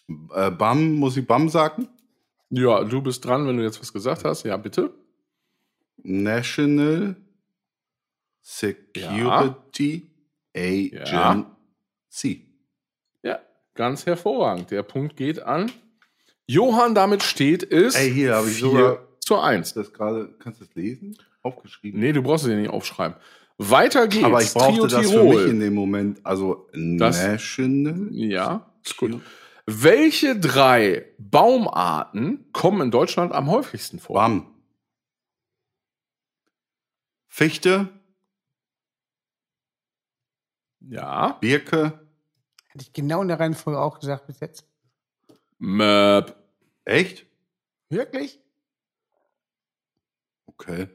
Speaker 3: Bam, muss ich Bam sagen?
Speaker 2: Ja, du bist dran, wenn du jetzt was gesagt hast. Ja, bitte.
Speaker 3: National Security Agency.
Speaker 2: Ja, ganz hervorragend. Der Punkt geht an. Johann damit steht ist
Speaker 3: Ey, hier habe ich
Speaker 2: vier
Speaker 3: sogar-
Speaker 2: zu 1.
Speaker 3: Ist das gerade, kannst du das lesen? Aufgeschrieben.
Speaker 2: Nee, du brauchst es ja nicht aufschreiben. Weiter geht's.
Speaker 3: Aber ich brauchte
Speaker 2: Trio
Speaker 3: das für
Speaker 2: Tirol.
Speaker 3: mich in dem Moment. Also
Speaker 2: Das-
Speaker 3: National.
Speaker 2: ja, ist gut. Welche drei Baumarten kommen in Deutschland am häufigsten vor?
Speaker 3: Bam. Fichte,
Speaker 2: Ja.
Speaker 3: Birke,
Speaker 1: Hätte ich genau in der Reihenfolge auch gesagt bis jetzt.
Speaker 2: Möp.
Speaker 3: echt?
Speaker 1: Wirklich?
Speaker 3: Okay.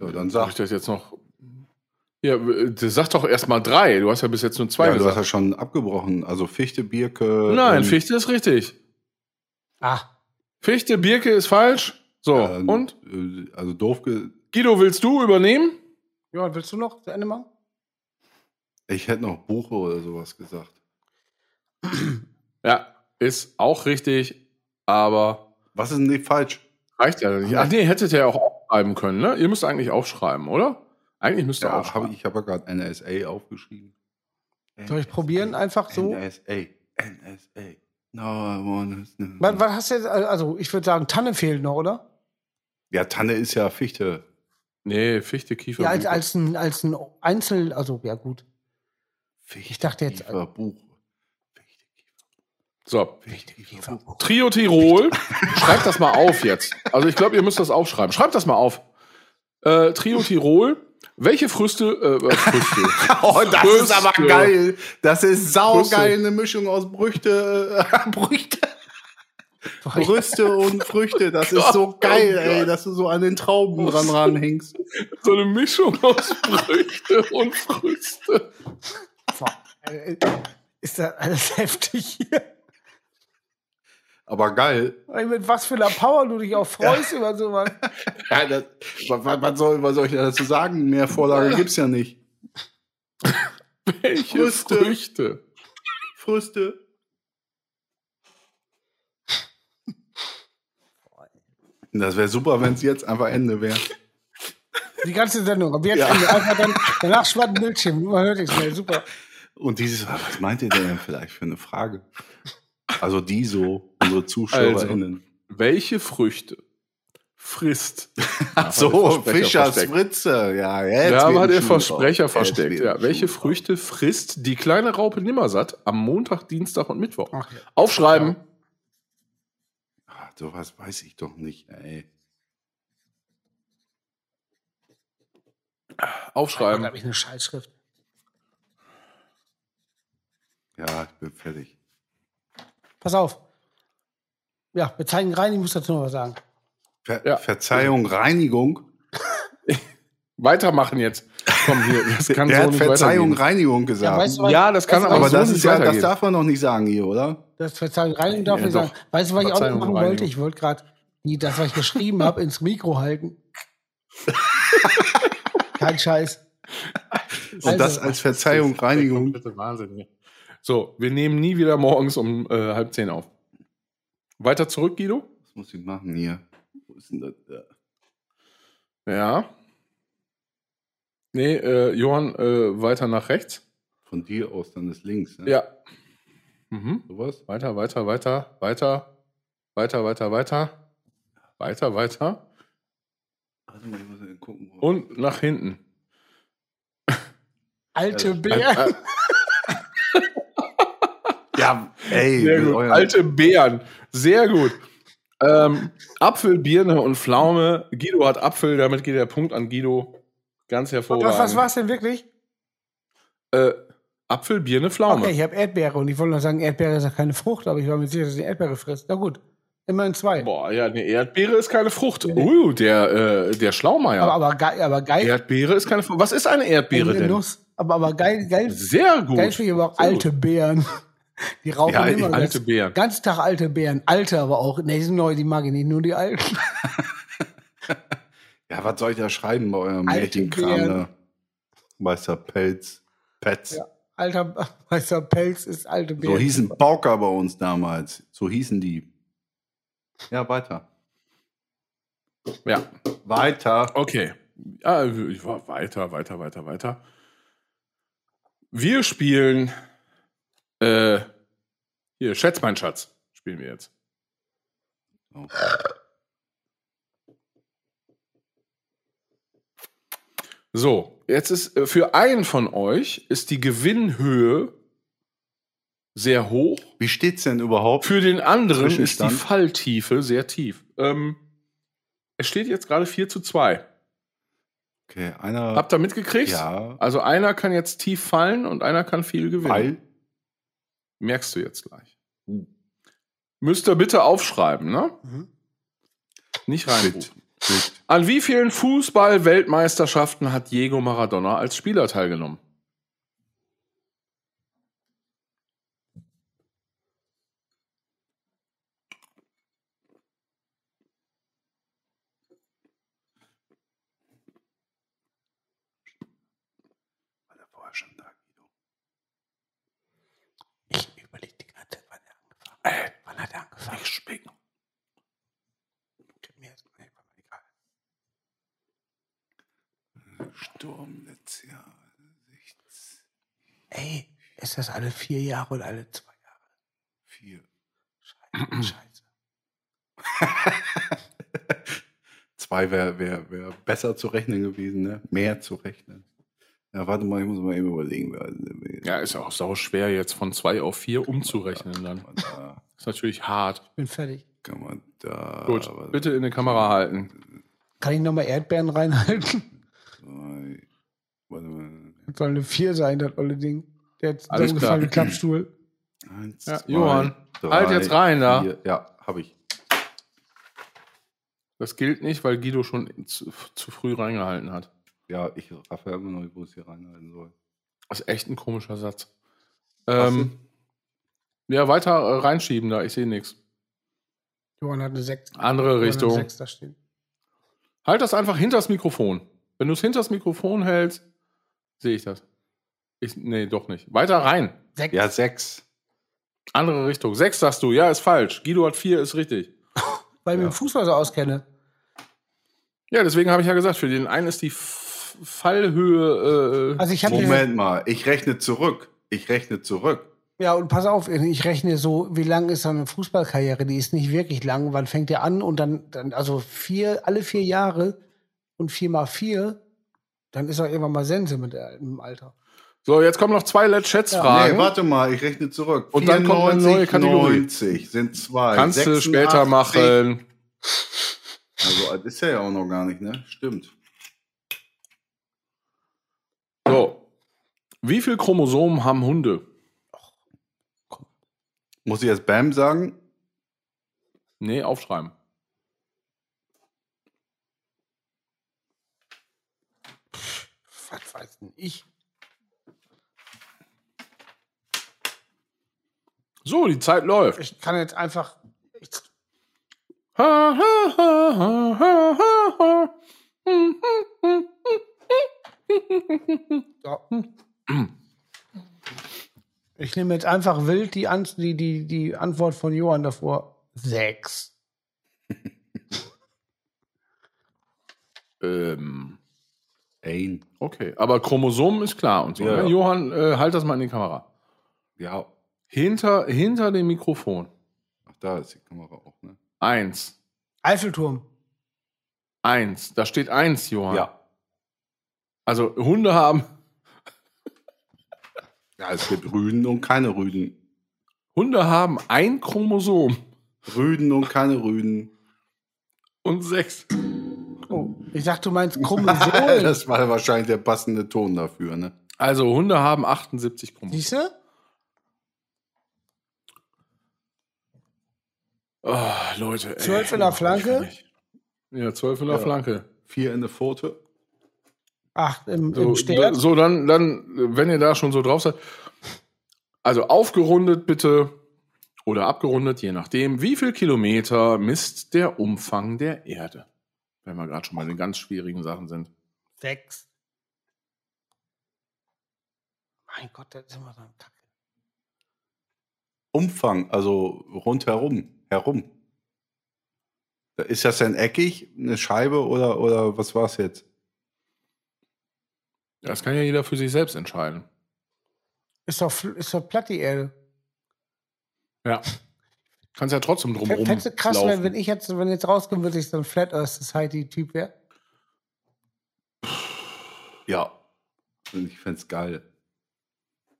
Speaker 3: Ja, dann
Speaker 2: Sag
Speaker 3: sag
Speaker 2: ich das jetzt noch? Ja, w- äh, sag doch erstmal drei. Du hast ja bis jetzt nur zwei
Speaker 3: ja, du hast
Speaker 2: gesagt.
Speaker 3: ja schon abgebrochen. Also Fichte, Birke.
Speaker 2: Nein,
Speaker 3: ähm,
Speaker 2: Fichte ist richtig.
Speaker 1: Ah,
Speaker 2: Fichte, Birke ist falsch. So,
Speaker 3: ähm,
Speaker 2: und?
Speaker 3: äh, Also doof. Ge
Speaker 2: Guido, willst du übernehmen?
Speaker 1: ja, willst du noch zu Ende machen?
Speaker 3: ich hätte noch Buche oder sowas gesagt.
Speaker 2: Ja, ist auch richtig, aber
Speaker 3: Was ist denn nicht falsch?
Speaker 2: reicht ja nicht. Ach nee, hättet ihr ja auch aufschreiben können, ne? Ihr müsst eigentlich aufschreiben, oder? Eigentlich müsst ihr
Speaker 3: Ja,
Speaker 2: aufschreiben.
Speaker 3: hab ich ich habe ja gerade NSA aufgeschrieben.
Speaker 1: Soll ich probieren? Einfach so?
Speaker 3: NSA. NSA. No, I want to know.
Speaker 1: Was, was hast du jetzt? Also, ich würde sagen, Tanne fehlt noch, oder?
Speaker 3: Ja, Tanne ist ja Fichte.
Speaker 2: Nee, Fichte, Kiefer.
Speaker 1: Ja, als,
Speaker 2: Buche.
Speaker 1: als, ein, als ein Einzel, also ja gut.
Speaker 3: Fichte,
Speaker 1: Ich dachte jetzt- äh,
Speaker 3: Kiefer, Buche. Fichte, Kiefer,
Speaker 2: so.
Speaker 3: Fichte, Kiefer, Buche.
Speaker 2: Trio Tirol, (laughs) schreibt das mal auf jetzt. Also ich glaube, ihr müsst das aufschreiben. Schreibt das mal auf. Äh, Trio Tirol, welche Früste, äh, (laughs) äh, Früste.
Speaker 3: Oh, das ist
Speaker 2: Brüste.
Speaker 3: aber geil. Das ist saugeil,
Speaker 2: Brüste.
Speaker 3: eine Mischung aus äh, Brüchte, (laughs) Brüchte,
Speaker 1: Boah, ich-
Speaker 3: Brüste und Früchte. Das ist so geil, ey, dass du so an den Trauben dran ranhängst.
Speaker 2: so eine Mischung aus Früchte und Früste.
Speaker 1: boah, äh, Ist das alles (laughs) heftig hier?
Speaker 3: Aber geil.
Speaker 1: Ey, Mit was für einer Power du dich auch freust über sowas.
Speaker 3: Ja, das, was, was, soll, was soll ich dazu sagen? Mehr Vorlage gibt's ja nicht.
Speaker 2: Welche
Speaker 3: Früste.
Speaker 2: Früchte?
Speaker 3: Früste. Das wäre super, wenn es jetzt einfach Ende wäre.
Speaker 1: Die ganze Sendung. Aber jetzt
Speaker 3: Ja.
Speaker 1: Ende. einfach dann danach schwarz Bildschirm. Man hört nichts mehr. Super.
Speaker 3: Und dieses, was meint ihr denn vielleicht für eine Frage? Also die so, unsere ZuschauerInnen.
Speaker 2: Welche Früchte frisst?
Speaker 3: Ach
Speaker 2: Hat
Speaker 3: so,
Speaker 2: der Versprecher
Speaker 3: Fischers
Speaker 2: versteckt.
Speaker 3: Fritze. Ja, jetzt
Speaker 2: Ja,
Speaker 3: wird
Speaker 2: aber
Speaker 3: ein
Speaker 2: der
Speaker 3: Schuh
Speaker 2: Versprecher
Speaker 3: drauf.
Speaker 2: versteckt.
Speaker 3: Jetzt wird
Speaker 2: Ja,
Speaker 3: ein
Speaker 2: welche
Speaker 3: Schuh drauf.
Speaker 2: Früchte frisst die kleine Raupe Nimmersatt am Montag, Dienstag und Mittwoch?
Speaker 1: Ach, ja.
Speaker 2: Aufschreiben.
Speaker 3: Ah, sowas weiß ich doch nicht, ey.
Speaker 1: Da
Speaker 2: Aufschreiben.
Speaker 1: habe ich eine Scheißschrift.
Speaker 3: Ja, ich bin fertig.
Speaker 1: Pass auf. Ja, wir zeigen rein, ich muss dazu noch was sagen.
Speaker 3: Ver
Speaker 2: Ja.
Speaker 3: Verzeihung, Reinigung.
Speaker 2: Weitermachen jetzt. Komm hier,
Speaker 3: (laughs)
Speaker 2: das kann
Speaker 3: der
Speaker 2: so
Speaker 3: hat
Speaker 2: nicht
Speaker 3: Verzeihung,
Speaker 2: weitergehen.
Speaker 3: Reinigung gesagt.
Speaker 1: Ja, weißt du, was-
Speaker 2: Ja, das kann
Speaker 1: weißt du,
Speaker 2: aber
Speaker 3: aber
Speaker 1: was-
Speaker 2: so
Speaker 3: das
Speaker 2: nicht
Speaker 3: ist ja, das
Speaker 2: weitergehen.
Speaker 3: darf man noch nicht sagen hier, oder?
Speaker 1: Das Verzeihung reinigen darf
Speaker 2: Ja,
Speaker 1: ich sagen.
Speaker 2: doch.
Speaker 1: Weißt du, was ich auch noch
Speaker 2: Verzeihung
Speaker 1: machen
Speaker 2: reinigen.
Speaker 1: wollte? Ich wollte gerade das, was ich geschrieben habe, ins Mikro
Speaker 2: (laughs)
Speaker 1: halten. Kein Scheiß.
Speaker 3: Und
Speaker 1: Also,
Speaker 3: das
Speaker 1: (laughs)
Speaker 3: als Verzeihung, Reinigung.
Speaker 2: Bitte Wahnsinn hier. So, wir nehmen nie wieder morgens um äh, halb zehn auf. Weiter zurück, Guido?
Speaker 3: Was muss ich machen hier? Wo ist denn das? da?
Speaker 2: Ja. Nee, äh, Johann, äh, weiter nach rechts.
Speaker 3: Von dir aus, dann ist links. Ne?
Speaker 2: Ja. Mhm.
Speaker 3: Sowas?
Speaker 2: Weiter, weiter, weiter, weiter, weiter, weiter, weiter, weiter, weiter
Speaker 3: Warte mal, ich muss mal gucken. wo-
Speaker 2: und nach hinten.
Speaker 1: alte
Speaker 2: Äh,
Speaker 1: Bär.
Speaker 3: ja, ey,
Speaker 2: Sehr
Speaker 3: mit
Speaker 2: gut.
Speaker 3: euren-
Speaker 2: Alte Beeren. Sehr gut. Ähm, Apfel, Birne und Pflaume. Guido hat Apfel, damit geht der Punkt an Guido. Ganz hervorragend.
Speaker 1: Was, was war es denn wirklich?
Speaker 2: Äh, Apfel, Birne, Pflaume.
Speaker 1: Okay, ich habe Erdbeere und ich wollte noch sagen, Erdbeere ist ja keine Frucht, aber ich war mir sicher, dass ich Erdbeere frisst. Na gut, immerhin zwei.
Speaker 2: Boah, ja, eine Erdbeere ist keine Frucht. Uh, der, äh, der Schlaumeier.
Speaker 1: Aber, aber geil, aber geil.
Speaker 2: Erdbeere ist keine Frucht. Was ist eine Erdbeere
Speaker 1: eine
Speaker 2: denn?
Speaker 1: Nuss. Aber, aber geil, geil,
Speaker 2: Sehr gut.
Speaker 1: geil finde ich aber auch
Speaker 2: Sehr gut.
Speaker 1: alte Beeren. (laughs) Die rauchen
Speaker 3: Ja,
Speaker 1: immer.
Speaker 2: alte
Speaker 1: das-
Speaker 2: Beeren.
Speaker 1: Ganz Tag alte Beeren. Alte aber auch. Ne, die sind neu, die mag ich nicht, nur die alten. (laughs)
Speaker 3: Ja, was soll ich da schreiben bei eurem
Speaker 1: Alte
Speaker 3: Märchenkram
Speaker 1: Bären.
Speaker 3: da? Weißer Pelz. Petz.
Speaker 1: Ja, Alter, weißer Pelz ist alte Beeren.
Speaker 3: so hießen Bauker bei uns damals. So hießen die. Ja, weiter.
Speaker 2: Ja,
Speaker 3: Weiter.
Speaker 2: okay. Ah, ich war weiter, weiter, weiter, weiter. Wir spielen. Äh, hier, Schätz, mein Schatz. Spielen wir jetzt.
Speaker 3: Oh.
Speaker 2: So, jetzt ist äh, für einen von euch ist die Gewinnhöhe sehr hoch.
Speaker 3: Wie steht's denn überhaupt?
Speaker 2: Für den anderen ist die
Speaker 3: Zwischenstand.
Speaker 2: Falltiefe sehr tief. Ähm, es steht jetzt gerade 4 zu 2.
Speaker 3: Okay, einer.
Speaker 2: Habt ihr mitgekriegt?
Speaker 3: ja,
Speaker 2: Also einer kann jetzt tief fallen und einer kann viel gewinnen.
Speaker 3: weil.
Speaker 2: Merkst du jetzt gleich. Müsst ihr bitte aufschreiben, ne?
Speaker 1: Mhm.
Speaker 2: Nicht
Speaker 3: Shit.
Speaker 2: reinrufen.
Speaker 3: Shit.
Speaker 2: An wie vielen Fußball-Weltmeisterschaften hat Diego Maradona als Spieler teilgenommen?
Speaker 3: Vorher schon da, Guido.
Speaker 1: Ich überlege die ganze Zeit, wann er angefangen hat. Wann hat er angefangen? Ich spinne. Mir ist nee, war mir egal.
Speaker 3: Sturm letztes Jahr.
Speaker 1: Ey, ist das alle vier Jahre oder alle zwei
Speaker 3: Vier.
Speaker 1: Jahre? Scheiße. Scheiße.
Speaker 3: Zwei wäre wär, wär besser zu rechnen gewesen, ne? Mehr zu rechnen. Ja, warte mal, ich muss mal eben überlegen. Wer,
Speaker 2: Ja, ist ja auch sau schwer jetzt von 2 auf 4 umzurechnen dann.
Speaker 3: Kann man da.
Speaker 2: Ist natürlich hart.
Speaker 1: Ich bin fertig.
Speaker 3: Kann man da
Speaker 2: Gut,
Speaker 3: warte,
Speaker 2: bitte in die Kamera halten.
Speaker 1: Kann ich nochmal Erdbeeren reinhalten?
Speaker 3: Zwei, warte mal.
Speaker 1: Das soll eine vier sein, das olle Ding. Der hat
Speaker 2: Alles
Speaker 1: zusammengefallene
Speaker 2: klar.
Speaker 1: Klappstuhl.
Speaker 3: Eins,
Speaker 2: Ja,
Speaker 3: zwei,
Speaker 2: Johann,
Speaker 3: drei,
Speaker 2: halt jetzt rein da.
Speaker 3: Vier. Ja, habe ich.
Speaker 2: Das gilt nicht, weil Guido schon zu, zu früh reingehalten hat.
Speaker 3: Ja, ich Raphael immer noch, nicht, wo es hier reinhalten soll.
Speaker 2: Das ist echt ein komischer Satz.
Speaker 3: Hast
Speaker 2: Ähm, ja, weiter äh, reinschieben da, ich sehe nichts.
Speaker 1: Johann hat eine sechs. Johann
Speaker 2: Andere
Speaker 1: hat eine
Speaker 2: Richtung.
Speaker 1: Sechs da stehen.
Speaker 2: Halt das einfach hinter das Mikrofon. Wenn du es hinter das Mikrofon hältst, sehe ich das. Ich, nee, doch nicht. Weiter rein.
Speaker 1: Sechs.
Speaker 3: Ja, sechs.
Speaker 2: Andere Richtung. Sechs sagst du. Ja, ist falsch. Guido hat vier, ist richtig.
Speaker 1: Weil ich mich
Speaker 3: Ja.
Speaker 1: im Fußball so auskenne.
Speaker 2: Ja, deswegen habe ich ja gesagt, für den einen ist die F Fallhöhe. Äh,
Speaker 1: Also ich habe
Speaker 3: Moment mal, ich rechne zurück. Ich rechne zurück.
Speaker 1: Ja, und pass auf, ich rechne so, wie lang ist so eine Fußballkarriere? Die ist nicht wirklich lang. Wann fängt der an? Und dann, dann also vier, alle vier Jahre und vier mal vier, dann ist auch irgendwann mal Sense mit der, im Alter.
Speaker 2: so, jetzt kommen noch zwei Let's Chats-Fragen.
Speaker 3: Nee, warte mal, ich rechne zurück.
Speaker 2: Und dann kommt eine neue Kategorie.
Speaker 3: 90 sind zwei.
Speaker 2: Kannst du
Speaker 3: 86.
Speaker 2: später machen.
Speaker 3: Also das ist er ja auch noch gar nicht, ne? Stimmt.
Speaker 2: So. Wie viel Chromosomen haben Hunde?
Speaker 3: Muss ich jetzt Bam sagen?
Speaker 2: Nee, aufschreiben.
Speaker 1: Was weiß denn ich?
Speaker 2: So, die Zeit läuft.
Speaker 1: Ich kann jetzt einfach. Ich,
Speaker 2: Ha, ha, ha, ha, ha, ha, ha. Hm, hm, hm.
Speaker 1: ja.
Speaker 2: Hm.
Speaker 1: ich nehme jetzt einfach wild die, An die, die, die Antwort von Johann davor. Sechs.
Speaker 2: Ähm,
Speaker 3: Ein.
Speaker 2: okay, aber Chromosomen ist klar und so.
Speaker 3: Ja,
Speaker 2: ne?
Speaker 3: ja.
Speaker 2: Johann, äh, halt das mal in die Kamera.
Speaker 3: Ja.
Speaker 2: Hinter, hinter dem Mikrofon.
Speaker 3: Ach, da ist die Kamera auch, ne?
Speaker 2: Eins.
Speaker 1: Eiffelturm.
Speaker 2: Eins. Da steht eins, Johann.
Speaker 3: Ja.
Speaker 2: Also Hunde haben.
Speaker 3: Ja, es gibt Rüden und keine Rüden.
Speaker 2: Hunde haben ein Chromosom
Speaker 3: Rüden und keine Rüden.
Speaker 2: und sechs.
Speaker 1: Oh, ich dachte, du meinst
Speaker 2: (laughs)
Speaker 1: Chromosomen.
Speaker 3: (laughs) Das war wahrscheinlich der passende Ton dafür, ne?
Speaker 2: Also Hunde haben 78 Chromosomen.
Speaker 1: Siehst du?
Speaker 2: Oh, Leute. ey.
Speaker 1: Zwölf in der Flanke?
Speaker 2: Ja, zwölf in der
Speaker 3: Ja.
Speaker 2: Flanke.
Speaker 3: Vier in der Pfote.
Speaker 1: Ach, im,
Speaker 2: So,
Speaker 1: im Stern.
Speaker 2: so dann, dann, wenn ihr da schon so drauf seid. Also aufgerundet bitte oder abgerundet, je nachdem. Wie viel Kilometer misst der Umfang der Erde? Wenn wir gerade schon mal in ganz schwierigen Sachen sind.
Speaker 1: Sechs. Mein Gott, das ist immer so ein Kacke.
Speaker 3: Umfang, also rundherum, herum. Da- Ist das denn eckig, eine Scheibe oder, oder was war es jetzt?
Speaker 2: Das kann ja jeder für sich selbst entscheiden.
Speaker 1: Ist doch, fl- ist doch platt die Erde.
Speaker 2: Ja. Kannst ja trotzdem drumrum.
Speaker 1: Fändest du krass,
Speaker 2: laufen.
Speaker 1: wenn, wenn ich jetzt, wenn jetzt rauskommen würde, ich so ein Flat Earth Society Typ wäre?
Speaker 3: Ja. Und ich fände es geil.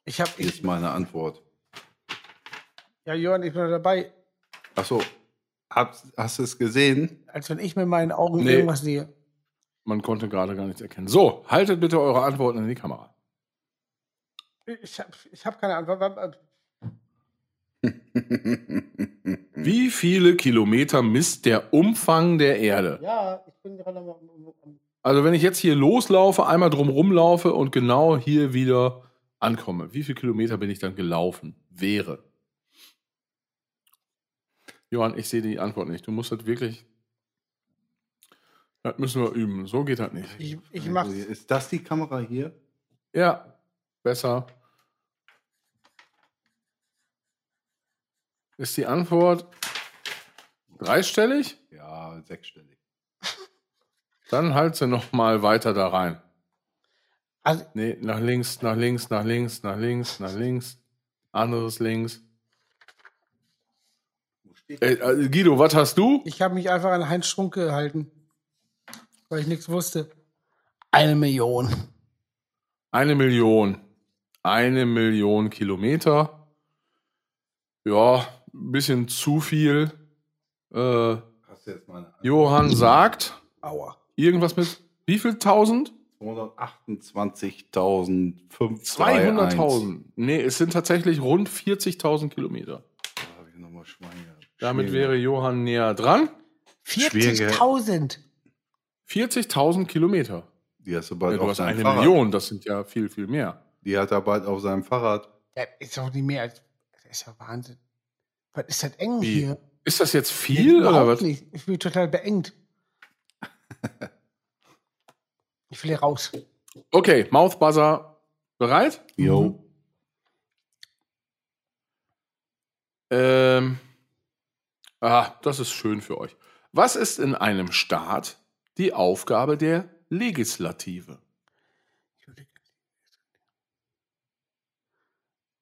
Speaker 1: Ich habe
Speaker 3: Hier
Speaker 1: ich,
Speaker 3: ist meine Antwort.
Speaker 1: Ja, Jörn, ich bin noch dabei.
Speaker 3: Ach so. Hab, hast du es gesehen? (laughs)
Speaker 1: Als wenn ich mit meinen Augen
Speaker 2: Nee.
Speaker 1: irgendwas sehe.
Speaker 2: Man konnte gerade gar nichts erkennen. So, haltet bitte eure Antworten in die Kamera.
Speaker 1: Ich habe ich hab keine Antwort. Wa- wa- Mhm.
Speaker 2: Wie viele Kilometer misst der Umfang der Erde?
Speaker 1: Ja, ich bin gerade mal. am- am- am-
Speaker 2: Also wenn ich jetzt hier loslaufe, einmal drum rumlaufe und genau hier wieder ankomme, wie viele Kilometer bin ich dann gelaufen? Wäre. Johann, ich sehe die Antwort nicht. Du musst das wirklich. Das müssen wir üben. So geht das nicht.
Speaker 1: Ich, ich mach's.
Speaker 3: Also,
Speaker 2: Also,
Speaker 3: Ist das die Kamera hier?
Speaker 2: Ja, besser. Ist die Antwort dreistellig?
Speaker 3: Ja, sechsstellig.
Speaker 2: Dann halt sie noch mal weiter da rein.
Speaker 1: Also,
Speaker 2: Nee, nach links, nach links, nach links, nach links, nach links. Anderes links. Äh, äh, Guido, was hast du?
Speaker 1: ich habe mich einfach an Heinz Strunke gehalten, weil ich nichts wusste. Eine Million.
Speaker 2: Eine Million. Eine Million Kilometer. Ja, ein bisschen zu viel. Äh,
Speaker 3: Hast du jetzt meine
Speaker 2: Johann sagt.
Speaker 1: Aua.
Speaker 2: Irgendwas mit wie viel tausend?
Speaker 3: 228.500.
Speaker 2: 200.000. Nee, es sind tatsächlich rund 40.000 Kilometer.
Speaker 3: Da hab ich nochmal Schwein gehabt.
Speaker 2: Damit
Speaker 3: Schwierig.
Speaker 2: wäre Johann näher dran.
Speaker 1: 40.000.
Speaker 2: 40.000 Kilometer.
Speaker 3: Die hast du bald
Speaker 2: Ja, du
Speaker 3: auf
Speaker 2: hast
Speaker 3: seinem
Speaker 2: eine
Speaker 3: Fahrrad.
Speaker 2: Million, das sind ja viel, viel mehr.
Speaker 3: Die hat er bald auf seinem Fahrrad.
Speaker 1: Das ist doch nicht mehr als. Das ist ja Wahnsinn. Was ist das eng
Speaker 2: Wie?
Speaker 1: hier?
Speaker 2: Ist das jetzt viel oder
Speaker 1: Überhaupt
Speaker 2: was?
Speaker 1: Nicht. Ich bin total
Speaker 2: (laughs)
Speaker 1: beengt. Ich will hier raus.
Speaker 2: Okay, Mouthbuzzer bereit?
Speaker 3: Jo.
Speaker 2: Ähm, ah, das ist schön für euch. Was ist in einem Staat die Aufgabe der Legislative?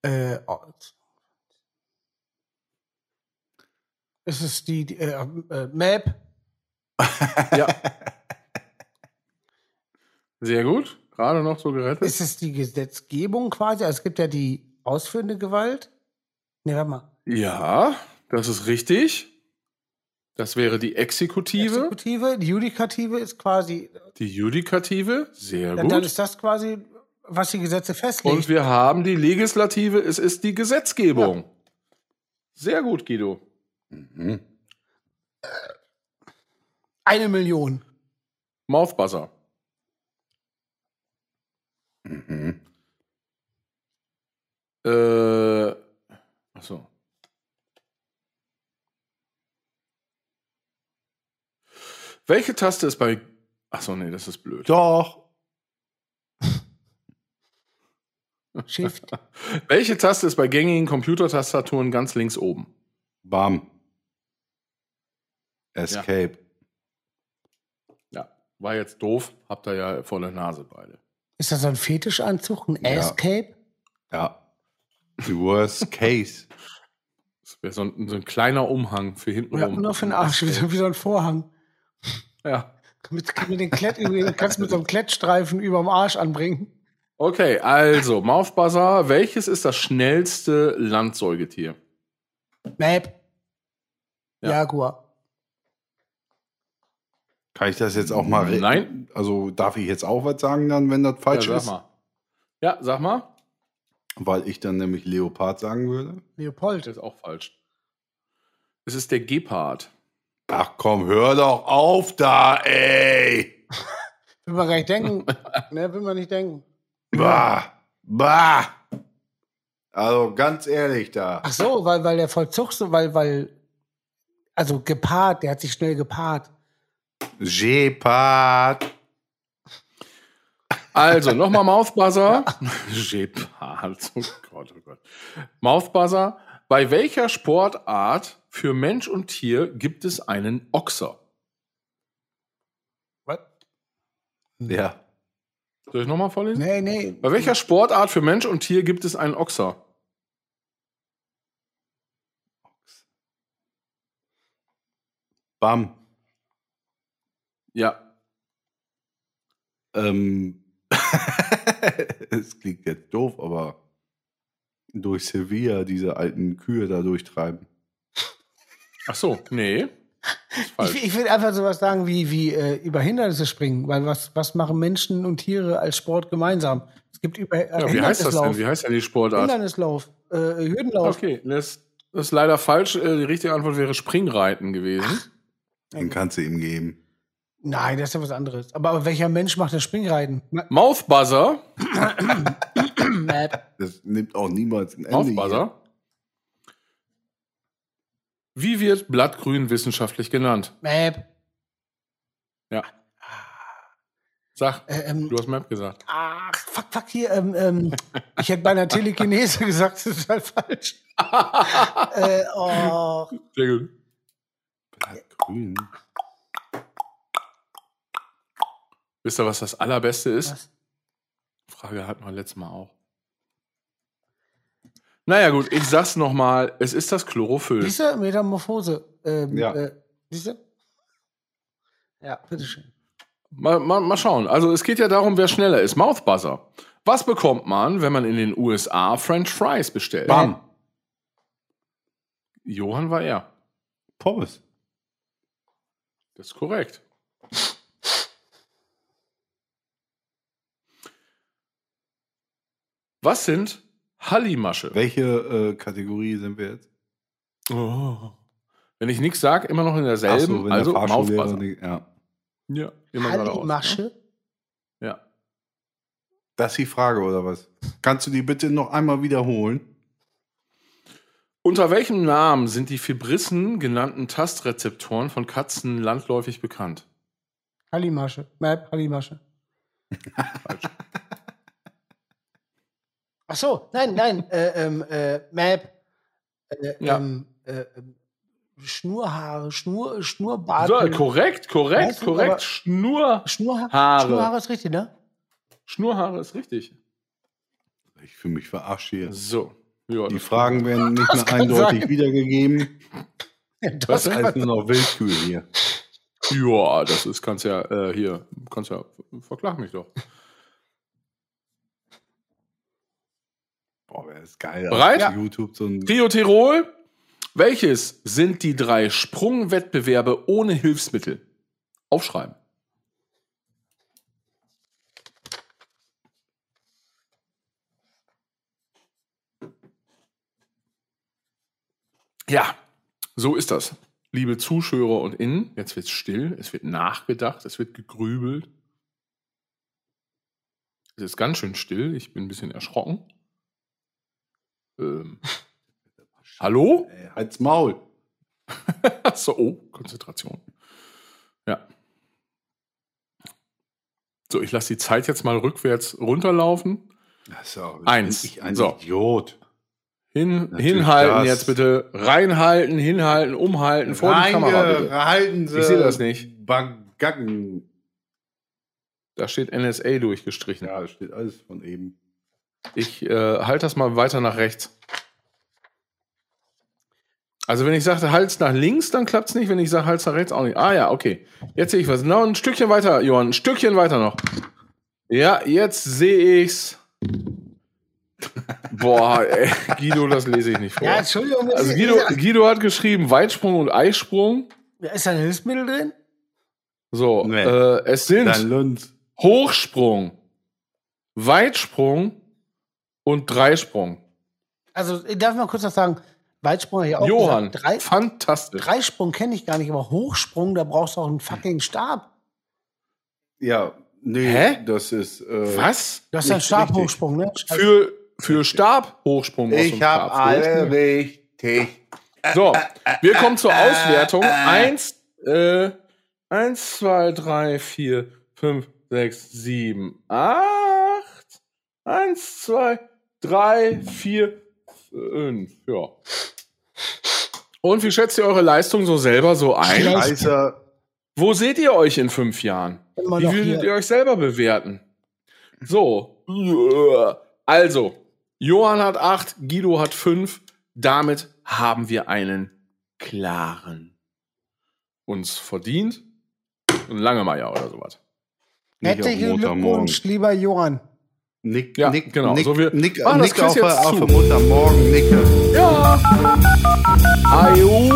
Speaker 1: Äh, oh. Ist es die, die äh, äh, Map? (laughs)
Speaker 2: Ja. Sehr gut. Gerade noch so gerettet.
Speaker 1: Ist es die Gesetzgebung quasi? Also es gibt ja die ausführende Gewalt. Ne, warte mal.
Speaker 2: Ja, das ist richtig. Das wäre die Exekutive,
Speaker 1: Exekutive, die Judikative ist quasi.
Speaker 2: die Judikative. Sehr
Speaker 1: Dann, dann
Speaker 2: gut.
Speaker 1: ist das quasi, was die Gesetze
Speaker 2: Und
Speaker 1: festlegen.
Speaker 2: wir haben die Legislative, es ist die Gesetzgebung. Sehr gut, Guido.
Speaker 3: Mhm.
Speaker 1: Eine Million.
Speaker 2: Mouthbuzzer.
Speaker 3: Mhm.
Speaker 2: Äh, achso. Welche Taste ist bei. Achso, nee, das ist blöd.
Speaker 3: Doch.
Speaker 1: Shift.
Speaker 2: (laughs) Welche Taste ist bei gängigen Computertastaturen ganz links oben?
Speaker 3: Bam. Escape.
Speaker 2: Ja, war jetzt doof, habt ihr ja vor der Nase beide.
Speaker 1: Ist das so ein Fetischanzug, ein
Speaker 3: Ja.
Speaker 1: Escape?
Speaker 3: Ja.
Speaker 2: (laughs)
Speaker 3: The worst case.
Speaker 2: Das wäre so, ein- so ein kleiner Umhang für hinten
Speaker 1: Ja,
Speaker 2: rum.
Speaker 1: nur für den Arsch, wie so, wie so ein Vorhang.
Speaker 2: Ja.
Speaker 1: Mit, mit den Klett, (laughs) den kannst du mit so einem Klettstreifen überm Arsch anbringen.
Speaker 2: Okay, also, Maufbazar, welches ist das schnellste Landsäugetier?
Speaker 1: Map.
Speaker 2: Ja.
Speaker 1: Jaguar.
Speaker 3: Kann ich das jetzt auch mal. re-
Speaker 2: Nein.
Speaker 3: Also darf ich jetzt auch was sagen dann, wenn das falsch
Speaker 2: ja,
Speaker 3: ist?
Speaker 2: sag mal. Ja, sag mal.
Speaker 3: Weil ich dann nämlich Leopard sagen würde.
Speaker 2: Das
Speaker 1: Leopold.
Speaker 2: ist auch falsch. Es ist der Gepard.
Speaker 3: Ach komm, hör doch auf da, ey.
Speaker 1: Will man gar nicht
Speaker 2: (laughs)
Speaker 1: denken. ne, will man nicht denken.
Speaker 3: Bah. Bah. Also ganz ehrlich da.
Speaker 1: Ach so, weil, weil der Vollzug so, weil, weil, also gepaart, der hat sich schnell gepaart.
Speaker 3: Gepard.
Speaker 2: Also, nochmal Mouthbuzzer. (laughs) Gepard. Oh Gott, oh Gott. Mouthbuzzer. Bei welcher Sportart für Mensch und Tier gibt es einen Ochser?
Speaker 1: Was?
Speaker 3: Ja.
Speaker 2: Soll ich nochmal vorlesen?
Speaker 1: Nee, nee.
Speaker 2: Bei welcher Sportart für Mensch und Tier gibt es einen Ochser?
Speaker 3: Bam.
Speaker 2: Ja.
Speaker 3: (laughs) Ähm. Es klingt jetzt doof, aber durch Sevilla diese alten Kühe da durchtreiben.
Speaker 2: Ach so, nee. Ist falsch.
Speaker 1: Ich, ich will einfach sowas sagen wie, wie äh, über Hindernisse springen, weil was, was machen Menschen und Tiere als Sport gemeinsam? Es gibt über äh,
Speaker 2: ja, wie heißt das denn? Wie heißt denn die Sportart?
Speaker 1: Hindernislauf, äh, Hürdenlauf.
Speaker 2: Okay, das das ist leider falsch. Äh, Die richtige Antwort wäre Springreiten gewesen.
Speaker 3: Dann kannst du ihm geben.
Speaker 1: Nein, das ist ja was anderes. Aber, aber welcher Mensch macht das Springreiten? Ma- (clears throat)
Speaker 2: Mouthbuzzer.
Speaker 1: Map.
Speaker 3: Das nimmt auch niemals ein Ende. hier.
Speaker 2: Mouthbuzzer. Wie wird Blattgrün wissenschaftlich genannt?
Speaker 1: Map.
Speaker 2: Ja. Sag,
Speaker 1: Ähm,
Speaker 2: du hast Map gesagt.
Speaker 1: ach, fuck, fuck, hier. Ähm, ähm, ich hätte bei einer Telekinese (laughs) gesagt, das ist halt
Speaker 2: (laughs)
Speaker 1: falsch. äh, oh,
Speaker 2: Sehr gut.
Speaker 3: Ah, Grün.
Speaker 2: Wisst ihr, was das Allerbeste ist?
Speaker 1: was?
Speaker 2: Frage hatten wir letztes Mal auch. Naja, gut, ich sag's nochmal. Es ist das Chlorophyll.
Speaker 1: Siehste, Metamorphose. Ähm,
Speaker 3: Ja.
Speaker 1: Äh, siehste? Ja, bitteschön.
Speaker 2: Mal, mal, mal schauen. Also, es geht ja darum, wer schneller ist. Mouthbuzzer. Was bekommt man, wenn man in den USA French Fries bestellt?
Speaker 3: Bam.
Speaker 2: Johann war er.
Speaker 3: Pommes.
Speaker 2: Das ist korrekt. Was sind Hallimasche?
Speaker 3: Welche äh, Kategorie sind wir jetzt?
Speaker 2: Oh. Wenn ich nichts sage, immer noch in derselben.
Speaker 3: Ach so, wenn
Speaker 2: also
Speaker 3: der Fahrschullehrer
Speaker 2: Mouthbuzzer.
Speaker 3: nicht- ja.
Speaker 2: Ja, immer geradeaus, ne?
Speaker 1: Hallimasche?
Speaker 2: Ja.
Speaker 3: Das ist die Frage, oder was? Kannst du die bitte noch einmal wiederholen?
Speaker 2: Unter welchem Namen sind die Fibrissen genannten Tastrezeptoren von Katzen landläufig bekannt?
Speaker 1: Hallimasche. Map, Hallimasche. Ach so, nein, nein. Äh, ähm, äh, Map. Äh,
Speaker 2: Ja.
Speaker 1: ähm, äh, ähm, Schnurhaare, Schnur, Schnurrbart.
Speaker 2: So, korrekt, korrekt,
Speaker 1: Weißt du, aber-
Speaker 2: korrekt. Schnur,
Speaker 1: Schnurhaare.
Speaker 2: Haare.
Speaker 1: Schnurhaare ist richtig, ne?
Speaker 2: Schnurhaare ist richtig.
Speaker 3: Ich fühle mich verarscht hier.
Speaker 2: So. Ja,
Speaker 3: Die
Speaker 2: das-
Speaker 3: Fragen werden nicht mehr
Speaker 1: kann
Speaker 3: eindeutig
Speaker 1: sein.
Speaker 3: wiedergegeben.
Speaker 1: Ja,
Speaker 3: Das
Speaker 1: das
Speaker 3: ist alles nur noch Wildkühe hier.
Speaker 2: Ja, das ist, kannst ja, äh, hier, kannst ja, verklag mich doch.
Speaker 3: Boah, wäre das geil. also
Speaker 2: Bereit?
Speaker 3: Auf YouTube so ein
Speaker 2: Trio Tirol, welches sind die drei Sprungwettbewerbe ohne Hilfsmittel? Aufschreiben. Ja, so ist das. Liebe Zuschauer und Innen, jetzt wird's still, es wird nachgedacht, es wird gegrübelt. Es ist ganz schön still, ich bin ein bisschen erschrocken.
Speaker 3: (laughs)
Speaker 2: Ähm, hallo?
Speaker 3: Ey, halt's Maul.
Speaker 2: Ach So, oh, Konzentration. Ja. So, ich lasse die Zeit jetzt mal rückwärts runterlaufen.
Speaker 3: Das ist auch
Speaker 2: Eins.
Speaker 3: Ich ein
Speaker 2: So.
Speaker 3: Idiot.
Speaker 2: Hin,
Speaker 3: Natürlich
Speaker 2: hinhalten
Speaker 3: das.
Speaker 2: jetzt bitte. Reinhalten, hinhalten, umhalten, vor die Kamera bitte.
Speaker 3: Reingehalten
Speaker 2: Ich sehe das nicht.
Speaker 3: Bagacken.
Speaker 2: Da steht NSA durchgestrichen.
Speaker 3: Ja, das steht alles von eben.
Speaker 2: Ich äh, halte das mal weiter nach rechts. Also wenn ich sage Hals nach links, dann klappt es nicht. Wenn ich sage Hals nach rechts, auch nicht. Ah ja, okay. Jetzt sehe ich was. Noch ein Stückchen weiter, Johann. Ein Stückchen weiter noch. Ja, jetzt sehe ich's. Boah, ey, (laughs) Guido, das lese ich nicht vor.
Speaker 1: ja, Entschuldigung. das
Speaker 2: also
Speaker 1: ist-
Speaker 2: Guido, Guido hat geschrieben Weitsprung und Eisprung.
Speaker 1: Ja, Ist da ein Hilfsmittel drin?
Speaker 2: So,
Speaker 3: Nee.
Speaker 2: äh, es sind
Speaker 3: Dein Lunz.
Speaker 2: Hochsprung, Weitsprung und Dreisprung.
Speaker 1: Also, ich darf mal kurz was sagen. Weitsprung hier auch.
Speaker 2: Johann,
Speaker 1: gesagt. Drei,
Speaker 2: fantastisch.
Speaker 1: Dreisprung kenne ich gar nicht, aber Hochsprung, da brauchst du auch einen fucking Stab.
Speaker 3: Ja, nee,
Speaker 2: Hä?
Speaker 3: das ist. Äh,
Speaker 2: Was?
Speaker 1: Das ist ein
Speaker 3: Nicht
Speaker 1: Stabhochsprung, ne?
Speaker 2: Für, für Stabhochsprung muss
Speaker 3: Ich
Speaker 2: man
Speaker 3: habe alle
Speaker 2: Stabhochsprung.
Speaker 3: richtig.
Speaker 2: So, wir kommen zur Auswertung. Eins, äh, eins, zwei, drei, vier, fünf, sechs, sieben, acht. Eins, zwei, drei, vier, fünf. Ja. Und wie schätzt ihr eure Leistung so selber so ein?
Speaker 3: Scheißer.
Speaker 2: Wo seht ihr euch in fünf Jahren?
Speaker 1: Immer
Speaker 2: Wie
Speaker 1: noch
Speaker 2: würdet ihr
Speaker 1: hier.
Speaker 2: euch selber bewerten? So. Also, Johann hat 8, Guido hat 5. Damit haben wir einen klaren uns verdient. Ein Langemeier oder sowas.
Speaker 3: Nicht auf
Speaker 1: Herzlichen
Speaker 3: Montagmorgen.
Speaker 1: Glückwunsch, lieber Johann.
Speaker 3: Nick,
Speaker 2: Ja,
Speaker 3: Nick,
Speaker 2: genau,
Speaker 3: Nick,
Speaker 2: so wir
Speaker 3: Nick,
Speaker 2: machen das
Speaker 3: Nick
Speaker 2: Quiz
Speaker 3: auf,
Speaker 2: jetzt
Speaker 3: auf
Speaker 2: zu.
Speaker 3: Mutter morgen, Nicke.
Speaker 2: Ja. Ayo.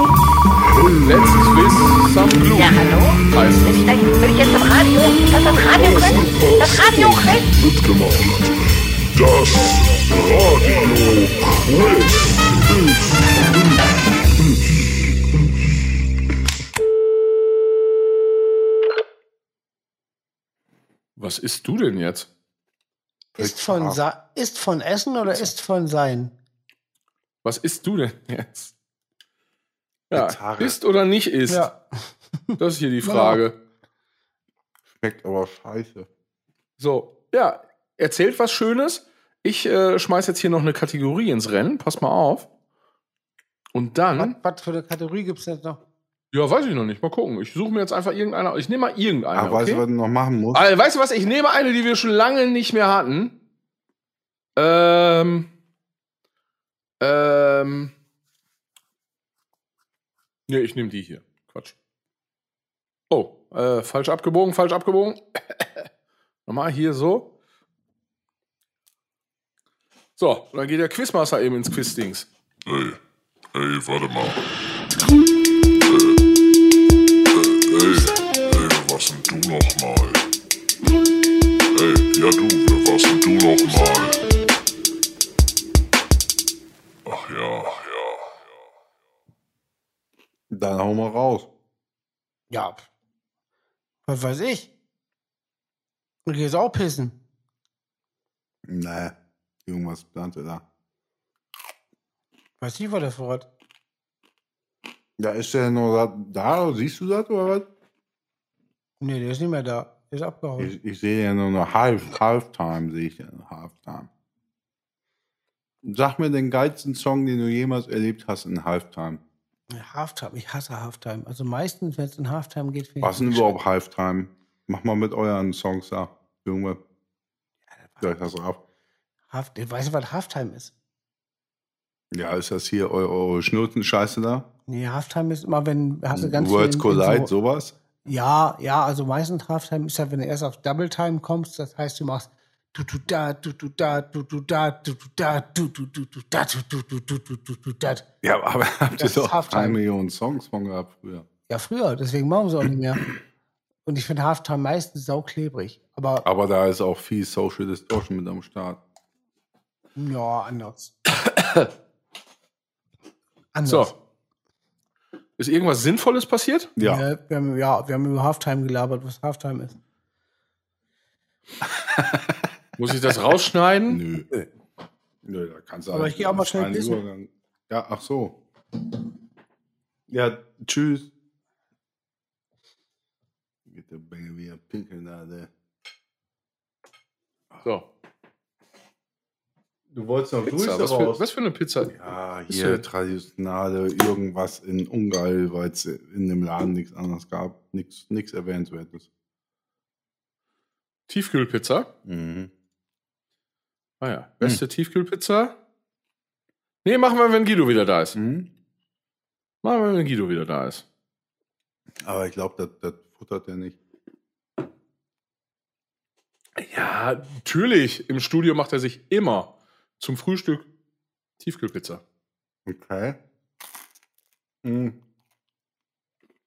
Speaker 2: Let's twist some glue.
Speaker 4: Ja, hallo?
Speaker 2: Heißt das.
Speaker 4: Dann bin ich jetzt im Radio. Das ist Radio Quiz. Das Radio Quiz.
Speaker 5: mitgemacht. Das Radio Quiz.
Speaker 2: Was isst du denn jetzt?
Speaker 1: Ist von, Sa ist von Essen oder ist von Sein?
Speaker 2: Was isst du denn jetzt? Ja,
Speaker 3: Gitarre.
Speaker 2: isst oder nicht isst?
Speaker 1: Ja. Genau.
Speaker 2: Das ist hier die Frage.
Speaker 3: Schmeckt aber scheiße.
Speaker 2: So, ja, erzählt was Schönes. Ich äh, schmeiß jetzt hier noch eine Kategorie ins Rennen. Pass mal auf. Und
Speaker 1: Was,
Speaker 2: dann,
Speaker 1: was für eine Kategorie gibt es jetzt noch?
Speaker 2: ja, weiß ich noch nicht. Mal gucken. Ich suche mir jetzt einfach irgendeine. Ich nehme mal irgendeine.
Speaker 3: Aber weißt
Speaker 2: okay?
Speaker 3: du, was du noch machen musst?
Speaker 2: Also, weißt du was? Ich nehme eine, die wir schon lange nicht mehr hatten. Ähm. Ähm. Nee, ich nehme die hier. Quatsch. Oh, äh, falsch abgebogen, falsch abgebogen. (coughs) Nochmal hier so. So, und dann geht der Quizmaster eben ins Quizdings.
Speaker 5: Ey, ey, warte mal. Äh, äh, ey, ey, was denn du nochmal? Ey, ja du, wer was denn du nochmal? Ach ja, ach ja.
Speaker 3: Dann hau mal raus.
Speaker 1: Ja. Was weiß ich? Du gehst auch pissen.
Speaker 3: Nee, irgendwas plante da.
Speaker 1: Weiß nicht, was das Wort.
Speaker 3: Ja, ist der noch da? da? Siehst du das oder was?
Speaker 1: Nee, der ist nicht mehr da. Der ist abgehauen.
Speaker 3: Ich, ich sehe ja nur noch Half, Halftime, sehe ich ja noch Halftime. Sag mir den geilsten Song, den du jemals erlebt hast in Halftime.
Speaker 1: Halftime, ich hasse Halftime. Also meistens, wenn es in Halftime geht, finde
Speaker 3: Was
Speaker 1: ich.
Speaker 3: denn überhaupt Halftime? Mach mal mit euren Songs da. Junge. Ja, ich hasse ab.
Speaker 1: Half, ich weiß nicht, was Halftime ist.
Speaker 3: Ja, ist das hier eu- eure Schnurtenscheiße da?
Speaker 1: Nee, Halftime ist immer, wenn hast du ganz viel
Speaker 3: Words
Speaker 1: in- in
Speaker 3: Collide, sowas?
Speaker 1: Ja, ja, also meistens Halftime ist ja, wenn du erst auf Double Time kommst, das heißt, du machst du du da du du da du du da du du da du du du du da du du du du du du du da.
Speaker 3: Ja, aber (laughs) habt ihr
Speaker 1: Das ist
Speaker 3: doch
Speaker 1: Halftime.
Speaker 3: drei Millionen Songs von gehabt früher.
Speaker 1: Ja, früher, deswegen machen sie auch nicht mehr. Und ich finde Halftime meistens sauklebrig. Aber
Speaker 3: Aber da ist auch viel Social Distortion mit am Start.
Speaker 1: ja, anders. anders.
Speaker 2: So. Ist irgendwas Sinnvolles passiert?
Speaker 3: Ja.
Speaker 1: Ne, wir haben, ja, wir haben über Halftime gelabert, was Halftime ist.
Speaker 2: Muss ich das rausschneiden?
Speaker 3: Nö. Nö, da kannst du
Speaker 1: Aber
Speaker 3: alles-
Speaker 1: ich geh auch mal schnell
Speaker 3: einen
Speaker 1: pissen.
Speaker 3: Übergang. Ja, ach so. Ja, tschüss. Geht der Bengel wieder pinkeln da, der.
Speaker 2: So.
Speaker 3: Du wolltest noch
Speaker 2: Pizza. Was für, was für eine Pizza?
Speaker 3: Ja,
Speaker 2: Ist
Speaker 3: hier
Speaker 2: ja-
Speaker 3: traditionale irgendwas in Ungarn, weil es in dem Laden nichts anderes gab. Nichts nix erwähnenswertes.
Speaker 2: Tiefkühlpizza.
Speaker 3: Mhm.
Speaker 2: Ah ja. Beste Tiefkühlpizza. Nee, machen wir, wenn Guido wieder da ist.
Speaker 3: Mhm.
Speaker 2: Machen wir, wenn Guido wieder da ist.
Speaker 3: Aber ich glaube, das, das futtert er nicht.
Speaker 2: Ja, natürlich. Im Studio macht er sich immer zum Frühstück Tiefkühlpizza.
Speaker 3: Okay. Mhm.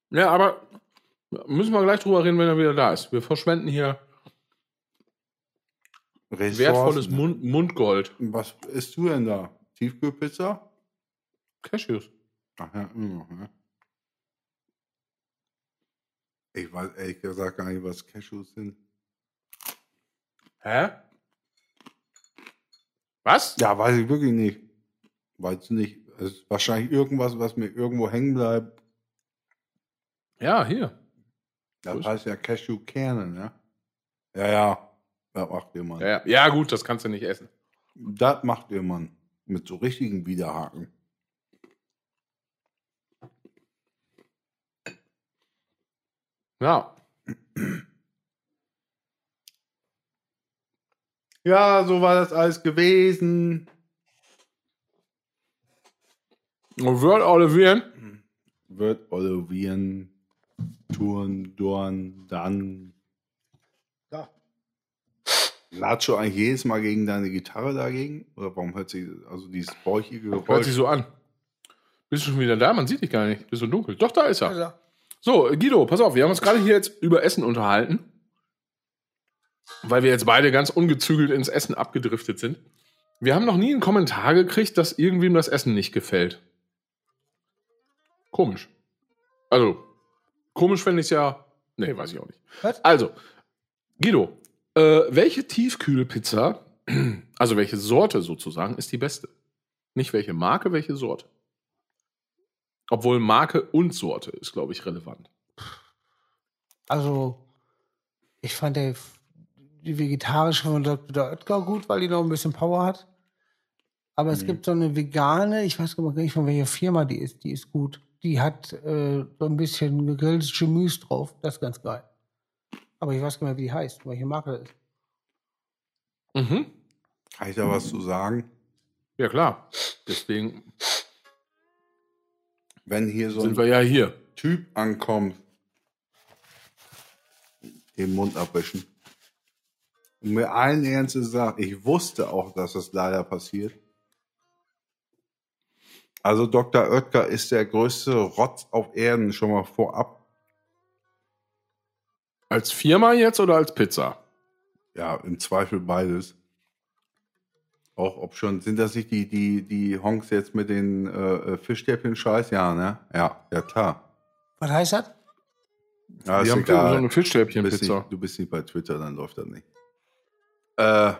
Speaker 2: Ja, aber müssen wir gleich drüber reden, wenn er wieder da ist. Wir verschwenden hier wertvolles
Speaker 3: Ressourcen.
Speaker 2: Mund Mundgold.
Speaker 3: Was isst du denn da? Tiefkühlpizza?
Speaker 2: Cashews.
Speaker 3: Ach ja, immer noch, ne? Ich weiß ehrlich gesagt gar nicht, was Cashews sind.
Speaker 2: Hä? Was?
Speaker 3: Ja, weiß ich wirklich nicht. Weiß nicht. Es ist wahrscheinlich irgendwas, was mir irgendwo hängen bleibt.
Speaker 2: Ja, hier.
Speaker 3: Das
Speaker 2: Wo ist-
Speaker 3: heißt ja Cashewkerne, ne? Ja, ja. Das macht ihr Mann.
Speaker 2: Ja, ja. ja, gut, das kannst du nicht essen.
Speaker 3: Das macht ihr Mann. Mit so richtigen Widerhaken.
Speaker 2: Ja.
Speaker 3: Ja, so war das alles gewesen.
Speaker 2: Word Olivier.
Speaker 3: Wird Olivieren, Touren, Dorn, dann.
Speaker 1: Ja.
Speaker 3: Latscht du eigentlich jedes Mal gegen deine Gitarre dagegen? Oder warum hört sie, also dieses bäuchige
Speaker 2: Hört
Speaker 3: Geräusch?
Speaker 2: sich so an. Bist du schon wieder da? Man sieht dich gar nicht. Bist so dunkel. Doch, da ist er.
Speaker 1: Also,
Speaker 2: So, Guido, pass auf. Wir haben uns gerade hier jetzt über Essen unterhalten. Weil wir jetzt beide ganz ungezügelt ins Essen abgedriftet sind. Wir haben noch nie einen Kommentar gekriegt, dass irgendwem das Essen nicht gefällt. Komisch. Also, komisch fände ich es ja. Nee, weiß ich auch nicht.
Speaker 1: Was?
Speaker 2: Also, Guido, äh, welche Tiefkühlpizza, (clears throat) also welche Sorte sozusagen, ist die beste? Nicht welche Marke, welche Sorte? Obwohl Marke und Sorte ist, glaube ich, relevant.
Speaker 1: also ich fand der, die vegetarische von Dr. Oetker gut, weil die noch ein bisschen Power hat. Aber es gibt so eine vegane, ich weiß gar nicht, von welcher Firma die ist, die ist gut. Die hat äh, so ein bisschen gegrilltes Gemüse drauf, das ist ganz geil. Aber ich weiß gar nicht mehr, wie die heißt, welche Marke das ist.
Speaker 2: Mhm.
Speaker 3: Kann ich da was zu sagen?
Speaker 2: Ja, klar. Deswegen
Speaker 3: Wenn hier so
Speaker 2: sind
Speaker 3: ein
Speaker 2: wir ja hier.
Speaker 3: Typ ankommt, den Mund abwischen. Und mir allen Ernstes sagt, ich wusste auch, dass das leider passiert. Also Dr. Oetker ist der größte Rotz auf Erden schon mal vorab.
Speaker 2: Als Firma jetzt oder als Pizza?
Speaker 3: Ja, im Zweifel beides. Auch ob schon, sind das nicht die, die, die Honks jetzt mit den äh, äh, Fischstäbchen-Scheiß? Ja, ne? Ja, ja klar.
Speaker 1: Was heißt das?
Speaker 3: Ja,
Speaker 2: wir
Speaker 3: ist
Speaker 2: haben
Speaker 3: egal.
Speaker 2: so eine
Speaker 3: Du bist,
Speaker 2: Fischstäbchenpizza.
Speaker 3: nicht, du bist nicht bei Twitter, dann läuft das nicht. Äh,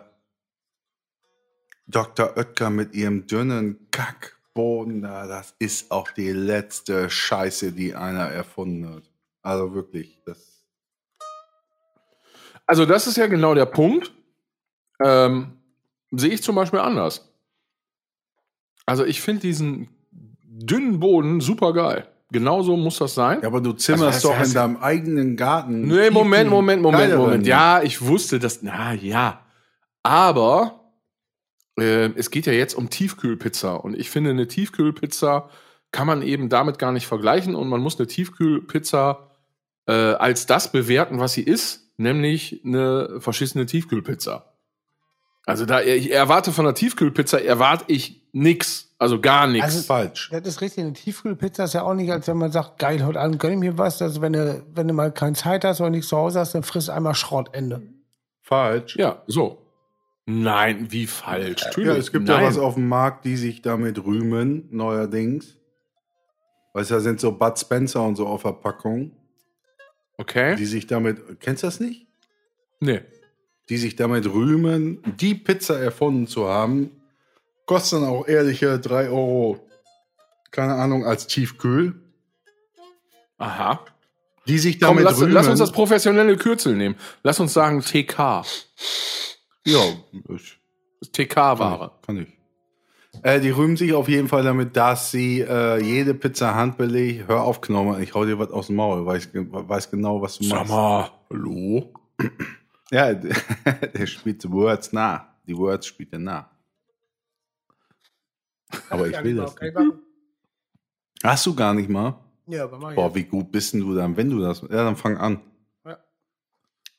Speaker 3: Dr. Oetker mit ihrem dünnen Kackboden, na, das ist auch die letzte Scheiße, die einer erfunden hat. Also wirklich, das.
Speaker 2: Also das ist ja genau der Punkt. Ähm, sehe ich zum Beispiel anders. Also ich finde diesen dünnen Boden super geil. Genauso muss das sein.
Speaker 3: Ja, aber du zimmerst
Speaker 2: Also, das
Speaker 3: doch in
Speaker 2: heißt-
Speaker 3: deinem eigenen Garten.
Speaker 2: Nee, Moment,
Speaker 3: Tiefen,
Speaker 2: Moment, Moment,
Speaker 3: kleineren.
Speaker 2: Moment. Ja, ich wusste das. Na ja. Aber äh, es geht ja jetzt um Tiefkühlpizza. Und ich finde, eine Tiefkühlpizza kann man eben damit gar nicht vergleichen. Und man muss eine Tiefkühlpizza äh, als das bewerten, was sie ist, nämlich eine verschissene Tiefkühlpizza. Also da ich erwarte von einer Tiefkühlpizza erwarte ich nix, also gar nichts.
Speaker 1: Also-
Speaker 3: Falsch.
Speaker 1: Das ist richtig. Eine Tiefkühlpizza ist ja auch nicht, als wenn man sagt, geil, heute Abend gönn ich mir was. Also wenn du, wenn du mal keine Zeit hast oder nichts zu Hause hast, dann friss einmal Schrott, Ende.
Speaker 3: Falsch.
Speaker 2: ja, so. Nein, wie falsch.
Speaker 3: Ja,
Speaker 2: Natürlich.
Speaker 3: es gibt
Speaker 2: Nein.
Speaker 3: ja was auf dem Markt, die sich damit rühmen, neuerdings. Weißt du, da sind so Bud Spencer und so auf Verpackung,
Speaker 2: Okay.
Speaker 3: die sich damit. Kennst du das nicht?
Speaker 2: Nee.
Speaker 3: die sich damit rühmen, die Pizza erfunden zu haben, kostet dann auch ehrliche 3 Euro, keine Ahnung, als Tiefkühl.
Speaker 2: Aha.
Speaker 3: Die sich
Speaker 2: Komm,
Speaker 3: damit
Speaker 2: lass,
Speaker 3: rühmen.
Speaker 2: lass uns das professionelle Kürzel nehmen. Lass uns sagen TK.
Speaker 3: ja, ich,
Speaker 2: TK-Ware.
Speaker 3: Kann ich. Äh, die rühmen sich auf jeden Fall damit, dass sie äh, jede Pizza handbeleg, hör auf, Knorr, ich hau dir was aus dem Maul, weiß, ge- weiß genau, was du machst.
Speaker 2: mal, hallo?
Speaker 3: Ja, (laughs) der spielt die Words nach. Die Words spielt er nach. Aber ich will
Speaker 1: genau,
Speaker 3: das nicht. Hast du gar nicht mal?
Speaker 1: Ja, aber mach ich
Speaker 3: Boah, wie gut bist denn du dann, wenn du das. Ja, dann fang an.
Speaker 1: Ja.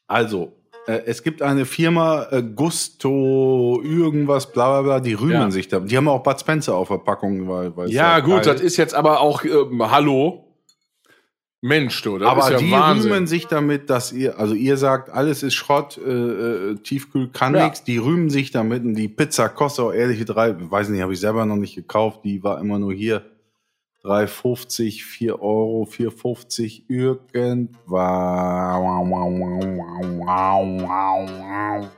Speaker 3: Also, äh, es gibt eine Firma äh, Gusto, irgendwas, bla bla bla, die rühmen
Speaker 2: Ja.
Speaker 3: sich da. Die haben auch Bud Spencer auf Verpackungen, weil, weil es
Speaker 2: Ja, gut,
Speaker 3: geil
Speaker 2: das ist jetzt aber auch, ähm, hallo? Mensch, du, das
Speaker 3: Aber
Speaker 2: ist ja
Speaker 3: die
Speaker 2: Wahnsinn.
Speaker 3: rühmen sich damit, dass ihr, also ihr sagt, alles ist Schrott, äh, äh, Tiefkühl kann
Speaker 2: Ja.
Speaker 3: nichts. Die rühmen sich damit und die Pizza kostet auch ehrliche drei, weiß nicht, habe ich selber noch nicht gekauft. Die war immer nur hier 3,50, 4 Euro, 4,50, irgendwas.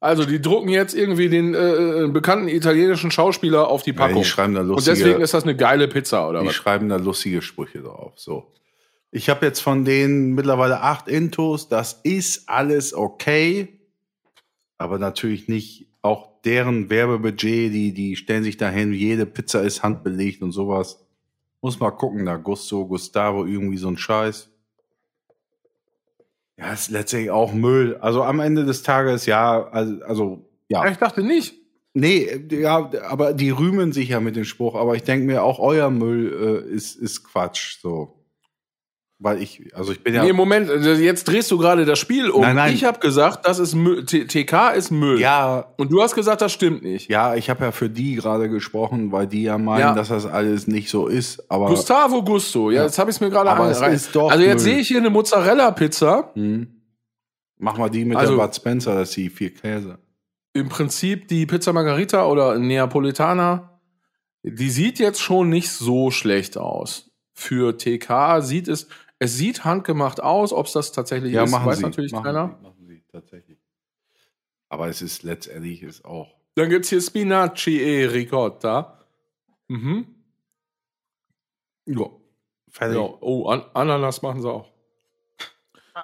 Speaker 2: Also, die drucken jetzt irgendwie den äh, äh, bekannten italienischen Schauspieler auf die
Speaker 3: Ja,
Speaker 2: Packung.
Speaker 3: die schreiben da
Speaker 2: Und
Speaker 3: lustige,
Speaker 2: deswegen ist das eine geile Pizza, oder
Speaker 3: Die
Speaker 2: was?
Speaker 3: schreiben da lustige Sprüche drauf. So. Ich habe jetzt von denen mittlerweile acht Intos. Das ist alles okay. Aber natürlich nicht auch deren Werbebudget, die, die stellen sich dahin, jede Pizza ist handbelegt und sowas. Muss mal gucken, da Gusto, Gustavo, irgendwie so ein Scheiß. Ja, ist letztendlich auch Müll. Also am Ende des Tages, ja, also, also ja.
Speaker 2: Ich dachte nicht.
Speaker 3: Nee, ja, aber die rühmen sich ja mit dem Spruch, aber ich denke mir, auch euer Müll äh, ist, ist Quatsch. So. Weil ich, also ich bin ja.
Speaker 2: Nee, Moment, also jetzt drehst du gerade das Spiel um.
Speaker 3: Nein, nein.
Speaker 2: Ich habe gesagt, das ist Müll. T- TK ist Müll.
Speaker 3: ja,
Speaker 2: Und du hast gesagt, das stimmt nicht.
Speaker 3: ja, ich habe ja für die gerade gesprochen, weil die ja meinen,
Speaker 2: Ja.
Speaker 3: dass das alles nicht so ist. Aber
Speaker 2: Gustavo Gusto, ja, jetzt habe ich es mir gerade
Speaker 3: Aber es
Speaker 2: angereiht.
Speaker 3: ist doch
Speaker 2: Also jetzt
Speaker 3: Müll.
Speaker 2: sehe ich hier eine Mozzarella-Pizza.
Speaker 3: Hm. Mach mal die mit
Speaker 2: Also-
Speaker 3: der Bud Spencer, dass sie viel Käse.
Speaker 2: Im Prinzip die Pizza Margarita oder Neapolitana. Die sieht jetzt schon nicht so schlecht aus. Für TK sieht es, es sieht handgemacht aus. Ob es das tatsächlich ist, weiß natürlich
Speaker 3: machen
Speaker 2: keiner.
Speaker 3: Sie, machen sie, tatsächlich. Aber es ist letztendlich ist auch.
Speaker 2: Dann gibt es hier Spinaci e Ricotta. Mhm. Ja.
Speaker 3: Fertig.
Speaker 2: ja. Oh, An Ananas machen sie auch.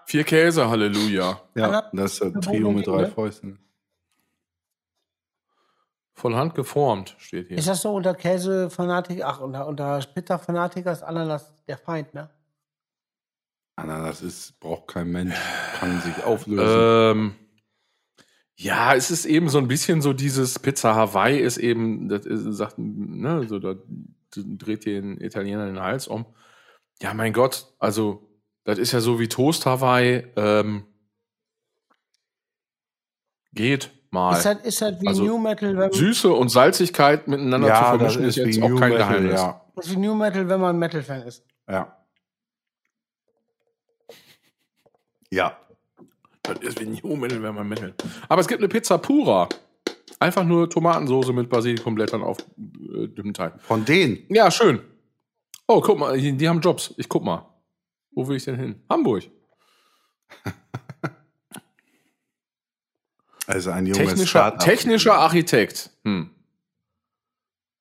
Speaker 2: Vier Käse, Halleluja.
Speaker 3: Ja, das ist ein Trio mit drei Fäusten.
Speaker 2: Von Hand geformt steht hier.
Speaker 1: Ist das so unter Käsefanatiker, ach, unter, unter Pizza-Fanatiker ist Ananas der Feind, ne?
Speaker 3: Ananas ist, braucht kein Mensch,
Speaker 2: (laughs)
Speaker 3: kann sich auflösen.
Speaker 2: Ähm, ja, es ist eben so ein bisschen so dieses Pizza Hawaii ist eben, das ist, sagt, ne, so da dreht den Italiener den Hals um. Ja, mein Gott, also das ist ja so wie Toast Hawaii. Ähm, geht mal.
Speaker 1: Ist das, ist das wie
Speaker 2: Also,
Speaker 1: New Metal, wenn,
Speaker 2: Süße und Salzigkeit miteinander zu vermischen ist, jetzt auch kein
Speaker 3: Metal,
Speaker 2: Geheimnis.
Speaker 3: Ja.
Speaker 1: ist wie New Metal, wenn man Metal-Fan ist?
Speaker 3: ja. Ja.
Speaker 2: Das ist wie New Metal, wenn man Metal. Aber es gibt eine Pizza Pura. Einfach nur Tomatensoße mit Basilikumblättern auf äh, dünnem Teig.
Speaker 3: Von denen.
Speaker 2: Ja, schön. Oh, guck mal, die, die haben Jobs. Ich guck mal. Wo will ich denn hin? Hamburg.
Speaker 3: Also ein junges
Speaker 2: Technischer,
Speaker 3: Start-up.
Speaker 2: technischer Architekt. Hm.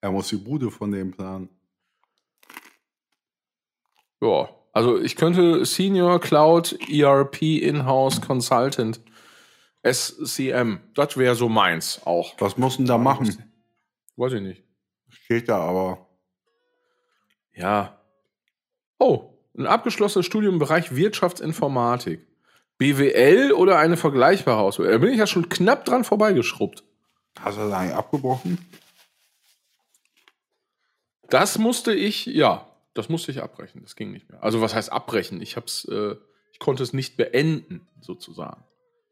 Speaker 3: Er muss die Bude von dem planen.
Speaker 2: Ja. Also ich könnte Senior Cloud ERP In-House Consultant SCM. Das wäre so meins auch.
Speaker 3: Was muss denn da machen?
Speaker 2: Weiß ich nicht.
Speaker 3: Steht da aber.
Speaker 2: Ja. Oh, ein abgeschlossenes Studium im Bereich Wirtschaftsinformatik. BWL oder eine vergleichbare Ausbildung? Da bin ich ja schon knapp dran vorbeigeschrubbt.
Speaker 3: Hast du das eigentlich abgebrochen?
Speaker 2: Das musste ich, ja, das musste ich abbrechen. Das ging nicht mehr. Also was heißt abbrechen? Ich hab's, äh, ich konnte es nicht beenden, sozusagen.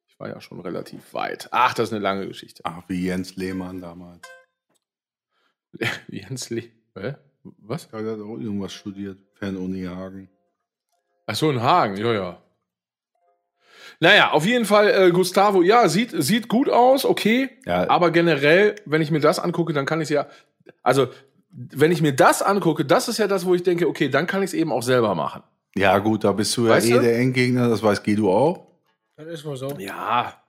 Speaker 2: Ich war ja schon relativ weit. Ach, das ist eine lange Geschichte.
Speaker 3: Ach, wie Jens Lehmann damals.
Speaker 2: Jens Le Hä? Was?
Speaker 3: Ja, Der hat auch irgendwas studiert. Fernuni Hagen.
Speaker 2: Ach so, in Hagen, ja, ja. Naja, auf jeden Fall, äh, Gustavo, ja, sieht, sieht gut aus, okay.
Speaker 3: Ja.
Speaker 2: Aber generell, wenn ich mir das angucke, dann kann ich ja, also, wenn ich mir das angucke, das ist ja das, wo ich denke, okay, dann kann ich es eben auch selber machen.
Speaker 3: Ja, gut, da bist du ja
Speaker 2: Weißt
Speaker 3: eh
Speaker 2: du?
Speaker 3: der Endgegner, das weiß Guido auch.
Speaker 1: Das ist wohl so.
Speaker 2: Ja,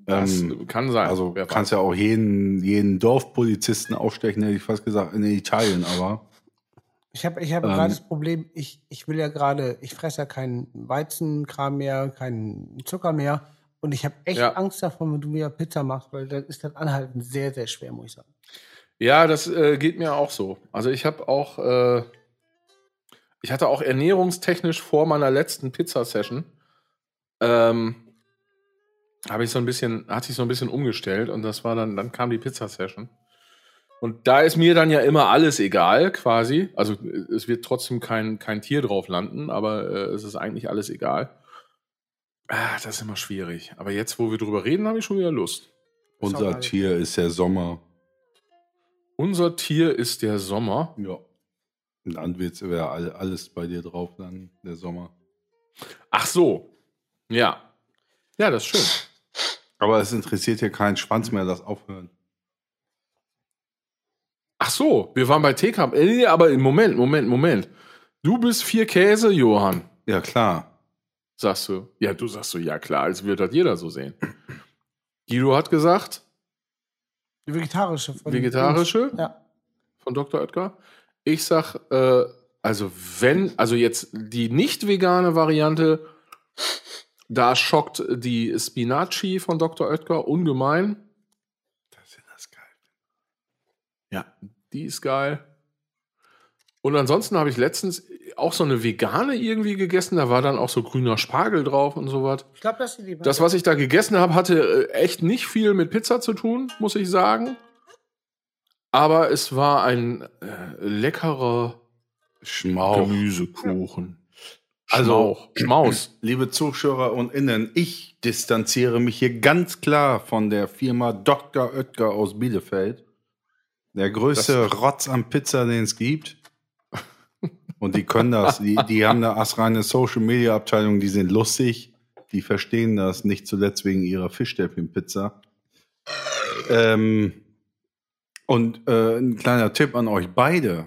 Speaker 2: das
Speaker 3: Ähm,
Speaker 2: kann sein.
Speaker 3: also
Speaker 2: Wer weiß.
Speaker 3: kannst ja auch jeden, jeden Dorfpolizisten aufstechen, hätte ich fast gesagt, in Italien, aber.
Speaker 1: Ich habe ich hab
Speaker 3: Ähm.
Speaker 1: gerade das Problem, ich, ich will ja gerade, ich fresse ja keinen Weizenkram mehr, keinen Zucker mehr. Und ich habe echt
Speaker 2: Ja.
Speaker 1: Angst davon, wenn du mir Pizza machst, weil dann ist das Anhalten sehr, sehr schwer, muss ich sagen.
Speaker 2: Ja, das äh, geht mir auch so. Also ich habe auch, äh, ich hatte auch ernährungstechnisch vor meiner letzten Pizza-Session, ähm, habe ich so ein bisschen, hatte ich so ein bisschen umgestellt und das war dann, dann kam die Pizza-Session. Und da ist mir dann ja immer alles egal, quasi. Also äh, es wird trotzdem kein, kein Tier drauf landen, aber äh, es ist eigentlich alles egal. Ah, das ist immer schwierig. Aber jetzt, wo wir drüber reden, habe ich schon wieder Lust.
Speaker 1: auch
Speaker 3: Unser
Speaker 1: geil.
Speaker 3: Tier ist der Sommer.
Speaker 2: Unser Tier ist der Sommer.
Speaker 3: Ja. Und dann wird alles bei dir drauf landen, der Sommer.
Speaker 2: Ach so. Ja. Ja, das ist schön.
Speaker 3: Aber es interessiert hier keinen Schwanz mehr, das Aufhören.
Speaker 2: Ach so, wir waren bei TK. Äh, nee, aber im Moment, Moment, Moment. Du bist vier Käse, Johann,
Speaker 3: Ja, klar.
Speaker 2: sagst du. Ja, du sagst so, ja klar, als würde das jeder so sehen. Guido hat gesagt,
Speaker 1: Die vegetarische. Von
Speaker 2: vegetarische
Speaker 1: Ja.
Speaker 2: von Dr. Oetker. Ich sag, äh, also wenn, also jetzt die nicht vegane Variante, da schockt die Spinaci von Dr. Oetker ungemein.
Speaker 3: Das ist das geil.
Speaker 2: Ja, die ist geil. Und ansonsten habe ich letztens auch so eine vegane irgendwie gegessen. Da war dann auch so grüner Spargel drauf und sowas.
Speaker 1: Ich glaube, das ist die
Speaker 2: Das, was ich da gegessen habe, hatte äh, echt nicht viel mit Pizza zu tun, muss ich sagen. Aber es war ein äh, leckerer
Speaker 3: Schmauch.
Speaker 2: Gemüsekuchen.
Speaker 3: Also,
Speaker 2: Schlauch. Maus.
Speaker 3: liebe Zuschauer und Innen, ich distanziere mich hier ganz klar von der Firma Dr. Oetker aus Bielefeld. Der größte Rotz am Pizza, den es gibt. Und die können das. Die, die haben eine astreine Social Media Abteilung, die sind lustig. Die verstehen das, nicht zuletzt wegen ihrer Fischstäbchen-Pizza. Ähm, und äh, ein kleiner Tipp an euch beide.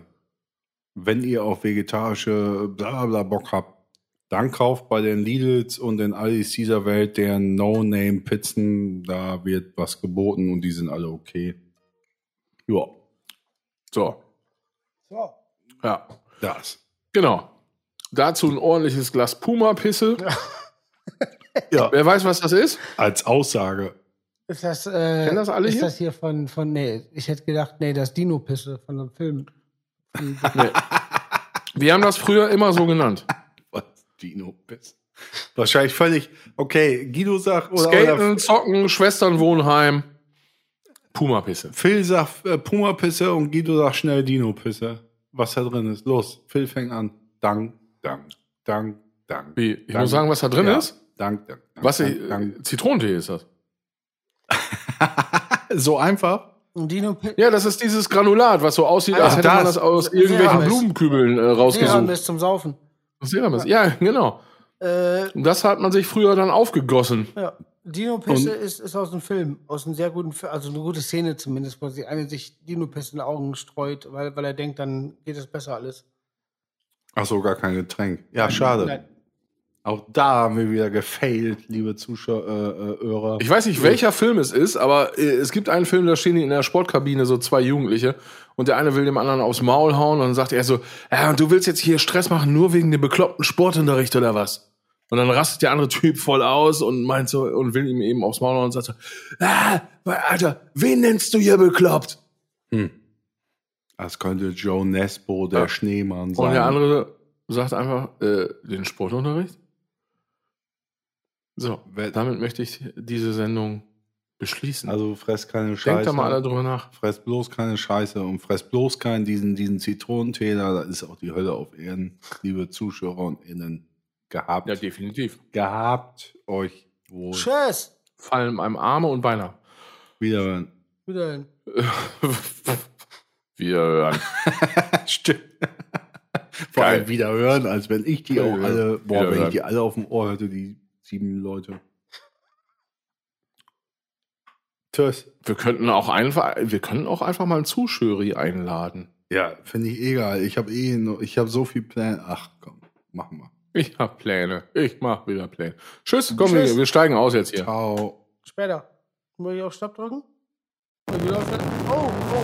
Speaker 3: Wenn ihr auf vegetarische Blabla Bock habt, dann kauft bei den Lidls und den Aldis dieser Welt deren No-Name-Pizzen. Da wird was geboten und die sind alle okay.
Speaker 2: Ja. So.
Speaker 1: So.
Speaker 2: Ja.
Speaker 3: Das.
Speaker 2: Genau. Dazu ein ordentliches Glas
Speaker 3: (laughs)
Speaker 2: Puma-Pisse.
Speaker 3: Ja.
Speaker 2: Wer weiß, was das ist?
Speaker 3: Als Aussage.
Speaker 1: Ist das, äh,
Speaker 2: Kennen das alle
Speaker 1: ist
Speaker 2: hier?
Speaker 1: das hier von, von, nee, ich hätte gedacht, nee, das ist Dino-Pisse von einem Film.
Speaker 2: Wir haben das früher immer so genannt.
Speaker 3: Was Dino bist. Wahrscheinlich völlig. Okay, Guido sagt (laughs) oder, oder
Speaker 2: Skaten, zocken, Schwesternwohnheim. Puma-Pisse.
Speaker 3: Phil sagt äh, Puma-Pisse und Guido sagt schnell Dino-Pisse. Was da drin ist. Los, Phil fängt an. Dank, dank, dank, dank.
Speaker 2: Wie? Ich
Speaker 3: Dank.
Speaker 2: muss sagen, was da drin
Speaker 3: Ja.
Speaker 2: ist?
Speaker 3: Dank, dank. dank,
Speaker 2: Was?
Speaker 3: dank,
Speaker 2: äh,
Speaker 3: dank.
Speaker 2: Zitronentee ist das. äh,
Speaker 3: So einfach.
Speaker 1: Ein Dino-Pisse.
Speaker 2: Ja, das ist dieses Granulat, was so aussieht, als
Speaker 3: Ach,
Speaker 2: hätte man
Speaker 3: das.
Speaker 2: das aus irgendwelchen
Speaker 1: Seramis.
Speaker 2: Blumenkübeln äh,
Speaker 1: Serum
Speaker 2: rausgesucht.
Speaker 1: ist zum Saufen.
Speaker 2: Seramis. Ja, genau.
Speaker 1: Äh,
Speaker 2: Und das hat man sich früher dann aufgegossen.
Speaker 1: ja. Dino-Pisse ist, ist aus einem Film, aus einem sehr guten Film, also eine gute Szene zumindest, wo sie eine sich Dino-Pisse in die Augen streut, weil, weil er denkt, dann geht es besser alles.
Speaker 3: Ach so, gar kein Getränk. Ja, schade.
Speaker 1: Nein.
Speaker 3: Auch da haben wir wieder gefailt, liebe Zuschauer, äh, äh, Hörer.
Speaker 2: Ich weiß nicht, welcher Film es ist, aber äh, es gibt einen Film, da stehen die in der Sportkabine, so zwei Jugendliche, und der eine will dem anderen aufs Maul hauen und dann sagt er so, ja, und du willst jetzt hier Stress machen, nur wegen dem bekloppten Sportunterricht oder was? Und dann rastet der andere Typ voll aus und meint so, und will ihm eben aufs Maul hauen und sagt so, ah, Alter, wen nennst du hier bekloppt?
Speaker 3: Das könnte Joe Nesbo, der
Speaker 2: Ja.
Speaker 3: Schneemann, sein.
Speaker 2: Und der andere sagt einfach, äh, den Sportunterricht? So,
Speaker 3: Wer-
Speaker 2: damit möchte ich diese Sendung beschließen.
Speaker 3: Also fress keine Scheiße.
Speaker 2: Denkt da mal alle drüber nach.
Speaker 3: Fress bloß keine Scheiße und fress bloß keinen diesen, diesen Zitronentee. Da da ist auch die Hölle auf Erden, liebe Zuschauer und Innen. Gehabt.
Speaker 2: Ja, definitiv.
Speaker 3: gehabt euch wohl.
Speaker 1: Tschüss!
Speaker 2: Fallen einem Arme und Beine.
Speaker 3: Wiederhören.
Speaker 1: Wiederhin.
Speaker 2: (laughs) Wir ähm, hören.
Speaker 3: Stimmt. (laughs) Vor
Speaker 2: Geil.
Speaker 3: allem wieder hören, als wenn ich die auch
Speaker 2: Ja,
Speaker 3: alle, boah,
Speaker 2: wieder
Speaker 3: wenn ich
Speaker 2: hören.
Speaker 3: die alle auf dem Ohr hörte, die sieben Leute. Tschüss.
Speaker 2: Wir könnten auch einfach, wir können auch einfach mal einen Zuschöri einladen.
Speaker 3: Ja, finde ich egal. Ich habe eh nur, ich habe so viel Plan. Ach komm, machen wir.
Speaker 2: Ich hab Pläne. Ich mach wieder Pläne. Tschüss, komm, wir, wir steigen aus jetzt hier.
Speaker 3: Ciao.
Speaker 1: Später. Muss ich auf Stopp drücken? Und wieder auf Stopp- Oh, oh.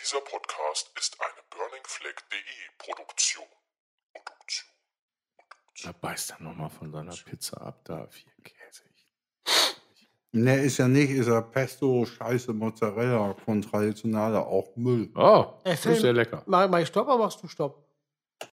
Speaker 5: Dieser Podcast ist eine burningfleck.de Produktion. Produktion.
Speaker 2: Da beißt er nochmal von seiner Pizza ab, da vier Käse.
Speaker 3: Ne, ist ja nicht, ist ja Pesto, Scheiße, Mozzarella von Traditionaler, auch Müll.
Speaker 2: Oh,
Speaker 1: Ey,
Speaker 2: das ist
Speaker 1: Film.
Speaker 2: sehr lecker.
Speaker 1: Mach, mach ich Stopp oder machst du Stopp?